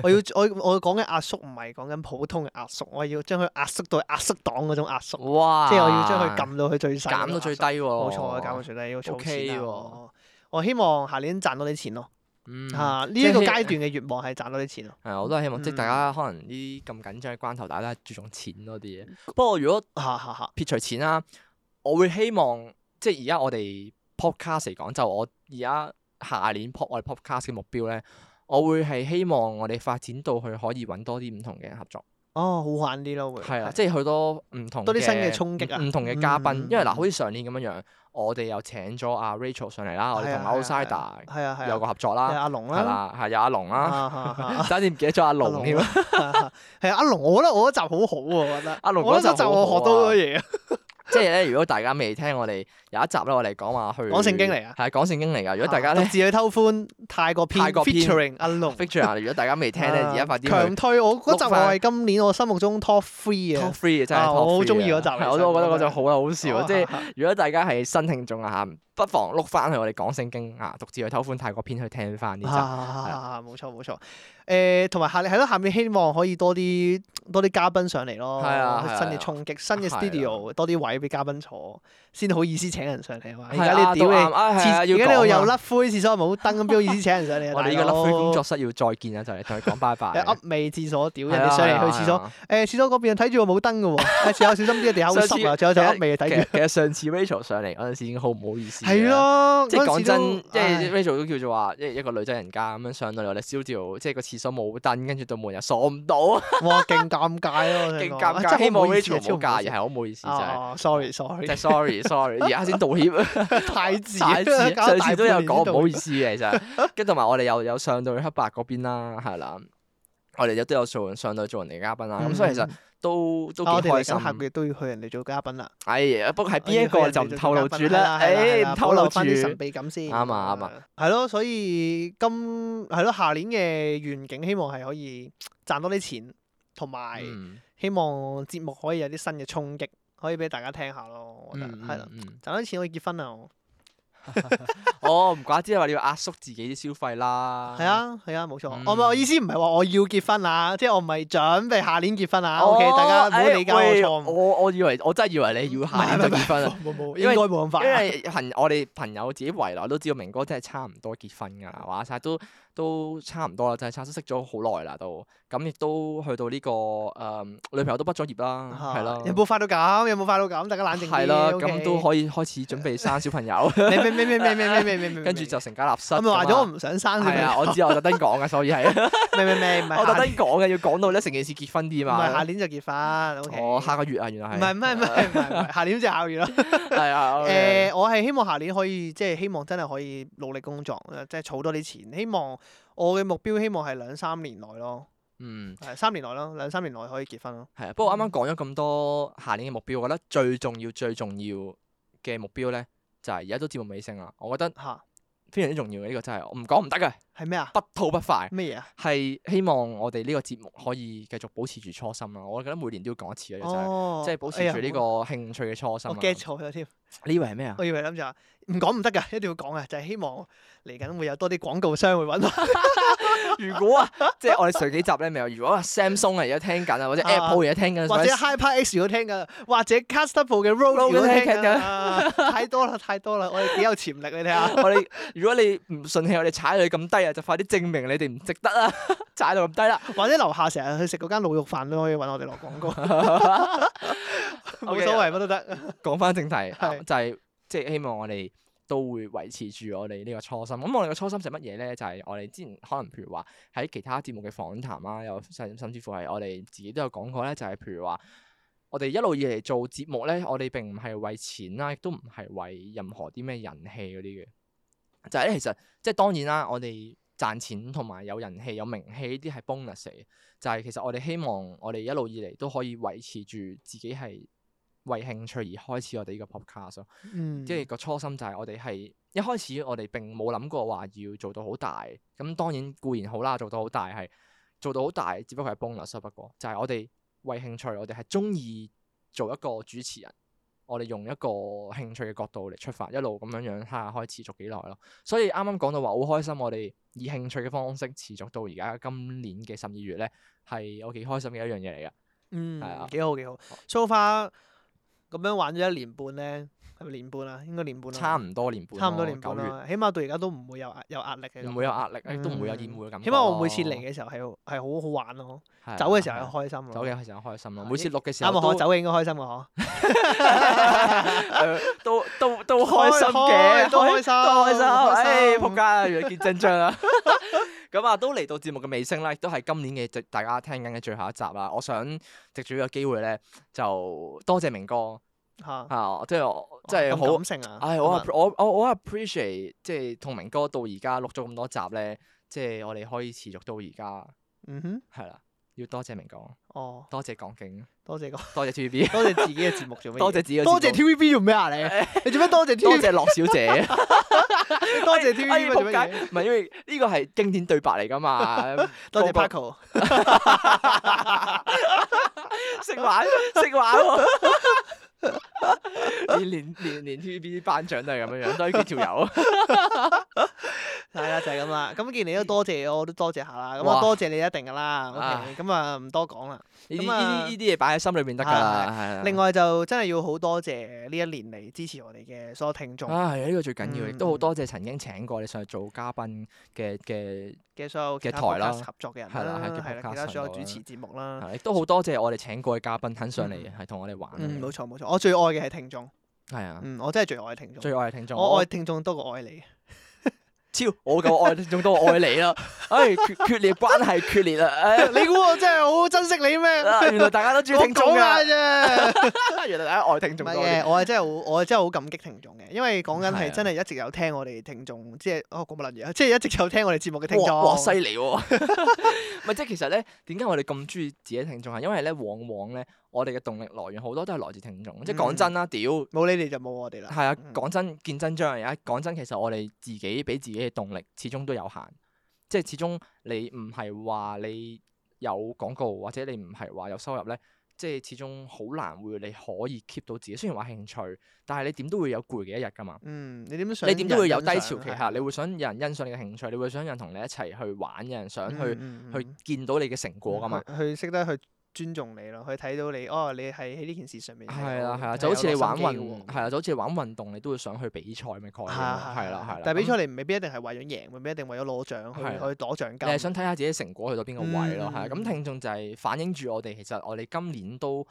S2: 我要我我講嘅壓縮唔係講緊普通嘅壓縮，我係要將佢壓縮到壓縮檔嗰種壓縮，
S1: 哇！
S2: 即係我要將佢撳到佢最細嗰種壓縮。
S1: 啊減到最低喎。
S2: 冇錯，減到最低要儲
S1: OK
S2: 錢啊
S1: 喎
S2: 我我希望下年賺多啲錢咯。
S1: 嗯，係
S2: 啊，呢
S1: 即係
S2: 一個
S1: 希
S2: 階段嘅願望係賺多啲錢咯。
S1: 我都係希望，即係大
S2: 嗯
S1: 家可能呢啲咁緊張嘅關頭，大家都係注重錢多啲嘢。不過如果
S2: 嚇嚇嚇，
S1: 撇除錢啦，我會希望即係而家我哋 podcast 嚟講，就我而家下年 pod 我哋 podcast 嘅目標咧，我會係希望我哋發展到去可以揾多啲唔同嘅合作，
S2: 哦，好玩啲咯會。
S1: 係啊啦，即係好多唔同
S2: 多啲新嘅衝擊啊
S1: 唔唔同嘅嘉賓，
S2: 嗯
S1: 因為嗱，好似上年咁樣樣，我哋又請咗阿 Rachel 上嚟啦，我哋同
S2: 係啊
S1: Outsider
S2: 係啊係啊，
S1: 有個合作
S2: 係
S1: 啦，
S2: 阿龍
S1: 係
S2: 啦，
S1: 啦，係有阿龍啦，
S2: 啊
S1: 差啲唔記得咗阿
S2: 阿
S1: 龍添。啊
S2: 係啊，阿龍， 我覺得我嗰集好好喎，我覺得。
S1: 阿龍
S2: 我
S1: 嗰集
S2: 覺得集
S1: 好
S2: 我
S1: 好啊
S2: 學到好多嘢啊。
S1: 即係咧，如果大家未聽我哋有一集咧，我哋講話去
S2: 講聖經嚟
S1: 係
S2: 㗎
S1: 啊講聖經嚟㗎。如果大家咧
S2: 自己偷歡泰國片
S1: 泰國篇
S2: featuring 阿龍
S1: f i c t u r e 如果大家 未聽咧，而家快啲去
S2: 啊強推我嗰
S1: 碌
S2: 集我
S1: 返
S2: 係今年我心目中 top three
S1: top
S2: 嘅，
S1: three 嘅真係 top
S2: 啊
S1: three
S2: 哦我好
S1: 嘅
S2: 鍾意嗰集
S1: 係
S2: 其實
S1: 我都我覺得
S2: 我
S1: 嗰集
S2: 覺得
S1: 好啊，好笑啊！即係
S2: 係
S1: 如果大家係新聽眾啊嚇，不妨碌翻去我哋講聖經啊，獨自去偷歡泰國篇去聽翻呢集。
S2: 啊冇錯冇錯，誒同埋下係咯下面希望可以多啲多啲嘉賓上嚟咯，
S1: 係啊係啊
S2: 新嘅衝擊，新嘅
S1: 係啊
S2: studio 多啲位俾嘉賓坐，先好意思請人上嚟啊嘛！
S1: 係
S2: 而家
S1: 啊
S2: 呢屌
S1: 都
S2: 你
S1: 啱，啊係啊
S2: 而
S1: 要
S2: 家呢
S1: 講
S2: 度
S1: 啊
S2: 又甩灰廁所冇燈咁，邊好意思請人上嚟啊？
S1: 我哋呢
S2: 大
S1: 個
S2: 佬
S1: 甩灰工作室要再見啊，就嚟同你講拜拜。
S2: 誒噏味廁所屌
S1: 係
S2: 人
S1: 啊
S2: 哋上嚟
S1: 係啊
S2: 去廁所
S1: 係。啊
S2: 誒廁所嗰邊睇住我冇燈嘅喎，誒廁所小心啲啊，地下好濕啊，仲有仲有一 味
S1: 其
S2: 睇
S1: 實
S2: 住。
S1: 其實上次 Rachel 上嚟嗰陣時已經好唔好意思。啊
S2: 係。咯，
S1: 即係講真，即係
S2: 係
S1: Rachel 都叫做話，即係一個女仔人家咁樣上到嚟我哋 studio，即係個廁所冇燈，跟住道門又鎖唔到，
S2: 哇，勁尷尬咯，我想
S1: 勁尷
S2: 講真係
S1: 尬。希望
S2: 好意思
S1: Rachel
S2: 啊超
S1: 唔好介意，係好唔好意思，就係
S2: 哦，sorry
S1: 即
S2: sorry，
S1: 係 sorry sorry，而家先道歉。
S2: 太字
S1: 太 次，上次都有講唔好
S2: 好
S1: 意思嘅，其實。跟住同埋我哋又有上到去黑白嗰邊啦，係啦，我哋亦都有做上到去做人哋嘉賓啦，咁所以其實都都幾
S2: 嗯我哋
S1: 開
S2: 嚟緊下個
S1: 心。
S2: 月都要去人哋做嘉賓啦，
S1: 哎呀，不過係邊一
S2: 我
S1: 個
S2: 要去
S1: 就唔
S2: 人哋做
S1: 透露
S2: 嘉
S1: 住
S2: 賓
S1: 啦，
S2: 係
S1: 誒
S2: 係係
S1: 唔透露
S2: 保
S1: 住
S2: 翻。啲神秘感先。
S1: 啱啊啱啊，
S2: 係咯，所以今係咯，下年嘅願景希望係可以賺多啲錢，同埋。
S1: 嗯
S2: 希望節目可以有啲新嘅衝擊，可以俾大家聽下咯。我覺得
S1: 嗯
S2: 係啦，
S1: 嗯嗯
S2: 賺到錢可以結婚啊！我
S1: 哦，唔怪之係話你要壓縮自己啲消費啦。
S2: 係，啊係啊，冇錯。
S1: 嗯
S2: 我唔係我意思唔係話我要結婚啊，即係我唔係準備下年結婚啊。
S1: 哦
S2: OK，大家唔好理解我
S1: 哎
S2: 錯
S1: 喂
S2: 誤。
S1: 我我以為我真係以為
S2: 啊
S1: 你要下年就結婚啦，
S2: 冇冇，
S1: 因
S2: 應
S1: 為
S2: 該冇咁
S1: 因
S2: 快。
S1: 為朋我哋朋友自己圍內都知道明哥真係差唔多結婚㗎啦，話晒都都差唔多啦，真係差都識咗好耐啦都，咁亦都去到呢個誒女朋友都畢咗業啦，嗯係啦，
S2: 啊有冇快到咁？有冇快到咁？大家冷靜啲。
S1: 係啦，
S2: OK
S1: 咁 都可以開始準備生小朋友，
S2: 你明明明明明明明明
S1: 跟住就成家立室。
S2: 我啊咪話咗我
S1: 唔
S2: 唔想生
S1: 係
S2: 先。
S1: 啊，我知我特登講嘅，所以係
S2: 明明明唔係
S1: 我特
S2: 下
S1: 登講嘅，要講到咧成件事結婚啲
S2: 唔係下
S1: 嘛。
S2: 年就結婚。OK。
S1: 哦，下個月啊，原
S2: 唔呃
S1: 來係
S2: 係唔係唔係唔係 唔係，下年就下個月啦。
S1: 係啊，
S2: 誒、
S1: 誒，
S2: 我係希望下年可以，即係希望真係可以努力工作，誒即係儲多啲錢。希望我嘅目標，希望係兩三年內咯，
S1: 嗯。
S2: 係三年內咯，兩三年內可以結婚咯。
S1: 係啊，不過啱啱講咗咁多下年嘅目標，我覺得最重要、最重要嘅目標咧，就係而家都節目尾聲啦。我覺得
S2: 吓，
S1: 非常之重要嘅呢個真係，我唔講唔得嘅，
S2: 係咩啊？
S1: 不吐不快。
S2: 咩嘢啊？
S1: 係希望我哋呢個節目可以繼續保持住初心啦。我覺得每年都要講一次嘅，就係
S2: 哦，
S1: 即係保持
S2: 哎呀
S1: 住呢個
S2: 我
S1: 興趣嘅初心
S2: 我
S1: 啊。
S2: get 錯咗添，
S1: 你以為係咩 啊？
S2: 我以為諗住話唔講唔得㗎，一定要講啊！就係、希望嚟緊會有多啲廣告商會揾我。
S1: 如果啊，即係我哋上幾集咧，咪有如果啊 Samsung 啊而家聽緊啊，或者
S2: 啊
S1: Apple 而家聽緊，
S2: 或者 HiPi X 如果聽㗎，或者 Castable 嘅 Road 如
S1: Road
S2: 果
S1: 嘅
S2: 聽
S1: 聽緊
S2: 㗎，啊太多啦太多啦，我哋幾有潛力你睇下。
S1: 我哋如果你唔順氣，我哋踩到你咁低啊，就快啲證明你哋唔值得啦， 踩到咁低啦。
S2: 或者樓下成日去食嗰間滷肉飯都可以揾我哋落 廣告，冇所
S1: 啊
S2: 謂乜都得。
S1: 講翻正題，啊
S2: 係
S1: 就係即係希望我哋都會維持住我哋呢個初心。咁我哋嘅初心係乜嘢咧？就係、我哋之前可能譬如話喺其他節目嘅訪談啦，又甚甚至乎係我哋自己都有講過咧，就係、譬如話。我哋一路以嚟做節目咧，我哋並唔係為錢啦，亦都唔係為任何啲咩人氣嗰啲嘅。就係、咧，其實即係當然啦，我哋賺錢同埋有人氣、有名氣呢啲係 bonus 嚟嘅。就係其實我哋希望我哋一路以嚟都可以維持住自己係為興趣而開始我哋呢個 podcast 咯。
S2: 嗯，
S1: 即係個初心就係我哋係一開始我哋並冇諗過話要做到好大。咁當然固然好啦，做到好大係做到好大，只不過係 bonus 啊。不過就係我哋為興趣，我哋係中意做一個主持人。我哋用一個興趣嘅角度嚟出發，一路咁樣樣睇下可以持續幾耐咯。所以啱啱講到話好開心，我哋以興趣嘅方式持續到而家今年嘅十二月咧，係我幾開心嘅一樣嘢嚟嘅。
S2: 嗯
S1: 係啊
S2: 幾好幾好。So far 咁樣玩咗一年半咧，係咪年半啊？應該年半啦。
S1: 差唔多年半咯，
S2: 差唔多年半
S1: 九月
S2: 啦，起碼到而家都唔會有壓有壓力嘅
S1: 唔
S2: 咁。
S1: 會有壓力，亦都唔會有厭惡嘅感覺
S2: 嗯起
S1: 咯。
S2: 碼我每次嚟嘅時候係係好好玩咯，
S1: 係啊
S2: 走嘅時候
S1: 係啊
S2: 係開心
S1: 走
S2: 咯。
S1: 嘅時候開心咯，
S2: 係
S1: 每次錄嘅時
S2: 啱啊，
S1: 候
S2: 我
S1: 都
S2: 走嘅應該開心嘅嗬。
S1: 誒都都 都開心嘅，
S2: 開都開
S1: 開
S2: 心
S1: 都開心，
S2: 都開
S1: 誒
S2: 心
S1: 仆街啦，原來見真章啦。 咁啊，都嚟到節目嘅尾聲啦，亦都係今年嘅最大家聽緊嘅最後一集啦。我想藉住呢個機會咧，就多謝明哥
S2: 嗯嚇，
S1: 啊，即係我即係
S2: 咁
S1: 好
S2: 感性啊！
S1: 唉，我
S2: 今日
S1: app- 我我我 appreciate 即係同明哥到而家錄咗咁多集咧，即係我哋可以持續到而家，
S2: 嗯哼，
S1: 係啦，要多謝明哥，
S2: 哦，
S1: 多謝港警，
S2: 多謝個
S1: 多謝 TVB，
S2: 多謝自己嘅節目做咩嘢？
S1: 多謝自己嘅節目，
S2: 多謝 TVB 做咩啊 你？你做咩多謝
S1: 多
S2: TVB？
S1: 謝樂小姐，
S2: 多謝
S1: 哎
S2: TVB
S1: 哎
S2: 做
S1: 仆
S2: 乜嘢
S1: 街，？唔係因為呢個係經典對白嚟㗎嘛，
S2: 多謝
S1: 個
S2: Paco。
S1: 識玩 識玩喎，連連連連 TVB 啲頒獎都係咁樣 樣，都係幾條友。
S2: 係啦，就係咁啦。咁既然你都多謝我，都多謝下啦。咁
S1: 哇
S2: 我多謝你一定噶啦。
S1: 啊
S2: OK，咁啊唔多講啦。
S1: 呢啲
S2: 咁啊
S1: 呢啲呢啲嘢擺喺心裏邊得㗎啦，係啊
S2: 另外就真係要好多謝呢一年嚟支持我哋嘅所有聽眾
S1: 啊，係啊呢個最緊要，亦都好
S2: 嗯
S1: 多謝曾經請過你上去做嘉賓嘅嘅，
S2: 嘅所有其他
S1: 嘅台啦
S2: podcast 合作嘅人
S1: 係啦
S2: 啦，
S1: 喺嘅
S2: 係啦，
S1: podcast
S2: 其他所有
S1: 度
S2: 主
S1: 啦
S2: 持節目啦。
S1: 係亦都好多謝我哋請過嘅嘉賓肯上嚟
S2: 嗯
S1: 係同我哋玩咁
S2: 嗯，冇
S1: 樣，
S2: 錯冇錯，我最愛嘅係聽眾。
S1: 係啊，
S2: 嗯，我真係最愛聽眾。
S1: 最愛嘅聽眾，
S2: 我愛聽眾多過愛你。
S1: 超我夠愛聽眾多過愛你啦，唉決決裂關係決裂啦，唉
S2: 你估我真係好珍惜你咩？
S1: 啊原來大家都中意
S2: 我
S1: 聽眾
S2: 講下
S1: 㗎，
S2: 啫。
S1: 原來大家愛聽
S2: 啊唔
S1: 眾
S2: 係
S1: 多啲，
S2: 嘅，我係真係好，我係真係好感激聽眾嘅，因為講緊
S1: 係啊
S2: 係真係一直有聽我哋聽眾，即係哦講乜撚嘢啊，即係一直有聽我哋節目嘅聽眾。
S1: 哇哇犀利 喎！咪即係其實咧，點解我哋咁中意自己聽眾係因為咧，往往咧我哋嘅動力來源好多都係來自聽
S2: 嗯
S1: 眾，即係講真啦，屌！
S2: 冇你哋就冇我哋啦。
S1: 係啊，
S2: 嗯
S1: 講真見真章啊！講真，其實我哋自己俾自己嘅動力始終都有限，即係始終你唔係話你有廣告或者你唔係話有收入咧，即係始終好難會你可以 keep 到自己。雖然話興趣，但係你點都會有攰嘅一日㗎嘛。
S2: 嗯，你點想？
S1: 你點都會有低潮期
S2: 啊
S1: 下，你會想有人欣賞你嘅興趣，你會想有人同你一齊去玩，有人想去、
S2: 嗯
S1: 去見到你嘅成果㗎嘛。
S2: 去去識得去尊重你咯，去睇到你哦，你係喺呢件事上面
S1: 係啦，
S2: 有
S1: 係啦，就好似你玩運，係
S2: 係
S1: 啦，就好似你玩運動，你都會想去比賽嘅概念咯，係啦，係啦。
S2: 啊但
S1: 咁
S2: 係比賽你未必一定係為咗贏，未必一定為咗攞獎去
S1: 係啊
S2: 去攞獎
S1: 你係
S2: 金。
S1: 想睇下自己成果去到邊個位咯，係啊咁
S2: 嗯
S1: 聽眾就係反映住我哋，其實我哋今年都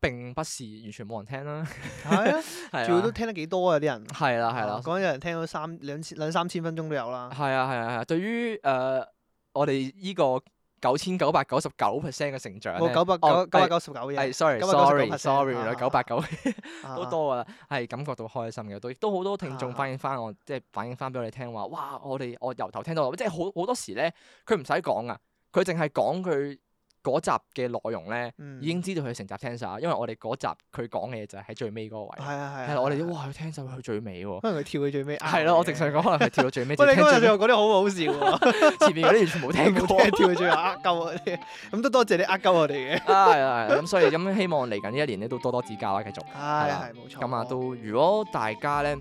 S1: 並不是完全冇人聽啦，
S2: 係啊，
S1: 係
S2: 仲要都
S1: 啦，
S2: 聽得幾多啊！有啲人
S1: 係啦，係啦，
S2: 講有人聽到三兩千兩三千分鐘都有啦。
S1: 係啊，係啊，係啊。對於誒我哋呢個九千九百九十九 percent 嘅成長
S2: 我
S1: 咧，
S2: 九百九
S1: 哦
S2: 九百九十九
S1: 係
S2: 嘢，999%
S1: sorry，sorry，sorry，原來
S2: 啊
S1: 九百九
S2: 啊
S1: 都多啊，係感覺到開心嘅，都亦都好多聽眾反映翻我，即係反映翻俾我哋聽話，哇！我哋我由頭聽到落尾，即係好好多時咧，佢唔使講啊，佢淨係講佢嗰集嘅內容咧，
S2: 嗯
S1: 已經知道佢成集聽晒，因為我哋嗰集佢講嘅嘢就係喺最尾嗰個位，
S2: 係啊係啊。
S1: 係啦，我哋
S2: 係
S1: 都
S2: 啊，
S1: 哇，佢聽晒去最尾喎，
S2: 可能佢跳去最尾。啊
S1: 係咯，我直想講，可能佢跳到最尾，
S2: 喂，你
S1: 就
S2: 嗰
S1: 聽
S2: 日
S1: 最
S2: 就講啲好好笑喎。
S1: 前面嗰啲完全冇 聽過
S2: 冇。 聽跳去最後呃鳩我哋，咁都多謝你呃鳩我哋嘅。
S1: 啊，係啊，係啊咁所以咁希望嚟緊呢一年咧都多多指教啦，繼續。
S2: 唉，
S1: 啦
S2: 係冇錯。
S1: 咁啊，都如果大家咧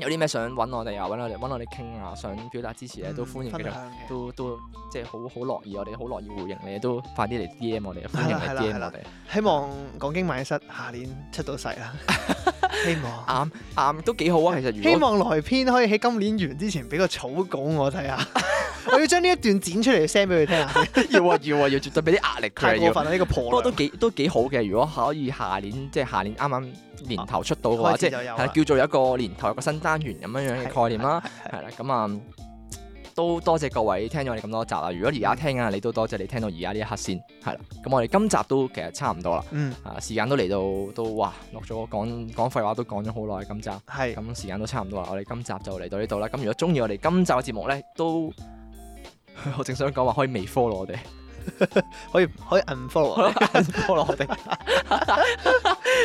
S1: 有啲咩想揾我哋啊，揾我哋揾我哋傾啊，想表達支持咧，都歡迎繼
S2: 嗯分享
S1: 續，
S2: 嘅。
S1: 都都即係好好樂意，我哋好樂意回應你，都快啲嚟 D M 我哋，歡迎
S2: 係
S1: 嚟
S2: 啦
S1: D
S2: 係
S1: M 我
S2: 啦
S1: 哋。
S2: 希望講經萬應室下年出到 世啦。希望。
S1: 啱啱都幾好啊，其實
S2: 希
S1: 啊如果
S2: 望來篇可以喺今年完之前俾個草稿我睇下， 我要將呢一段剪出嚟 send 俾佢 聽下先，
S1: 要啊要啊要，絕對俾啲壓力佢
S2: 太
S1: 啊
S2: 過
S1: 要。
S2: 分啦呢 個
S1: 不
S2: 破
S1: 過都
S2: 例。
S1: 幾都幾好嘅，如果可以下年即係下年啱啱年頭出到嘅話，
S2: 開
S1: 即
S2: 始
S1: 係
S2: 就有
S1: 係
S2: 啦
S1: 叫做有一個年頭有個新單元咁樣樣嘅概念啦。係啦，咁啊都多謝各位聽咗我哋咁多集啦。如果而家聽啊，你都多謝你聽到而家呢一刻先。係啦，咁我哋今集都其實差唔多啦，
S2: 嗯，
S1: 啊時間都嚟到都哇落咗講講廢話都講咗好耐今集，
S2: 係
S1: 咁時間都差唔多啦。我哋今集就嚟到呢度啦。咁如果中意我哋今集嘅節目咧，都 我正想講話可以微 follow 我哋。
S2: 可以可以 unfollow 我哋。
S1: follow 我哋。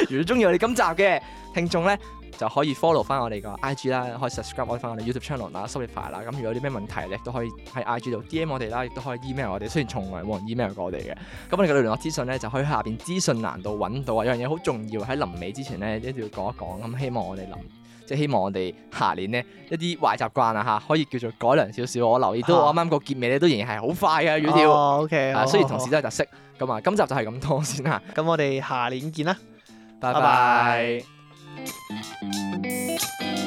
S1: 如果中意我哋今集嘅聽眾咧，就可以 follow 翻我哋個 IG 啦，可以 subscribe 我翻我哋 YouTube channel 啦，Spotify 啦。咁如果有啲咩問題咧，都可以喺 IG 度 DM 我哋啦，亦都可以 email 我哋。雖然從來冇人 email 過我哋嘅。咁我哋嘅聯絡資訊咧，就可以喺下邊資訊欄度揾到啊。有樣嘢好重要喺臨尾之前咧，一定要講一講。咁希望我哋臨即係希望我哋下年呢，一啲壞習慣啊嚇，可以叫做改良少少。我留意到我啱啱個結尾咧，都仍然係好快啊嘅語調。
S2: 哦，OK，
S1: 啊，
S2: 好
S1: 雖然
S2: 好
S1: 同時
S2: 好
S1: 都係特色，咁啊，今集就係咁多先啦，
S2: 咁我哋下年見啦。
S1: 拜
S2: 拜
S1: 拜
S2: 拜。
S1: 拜。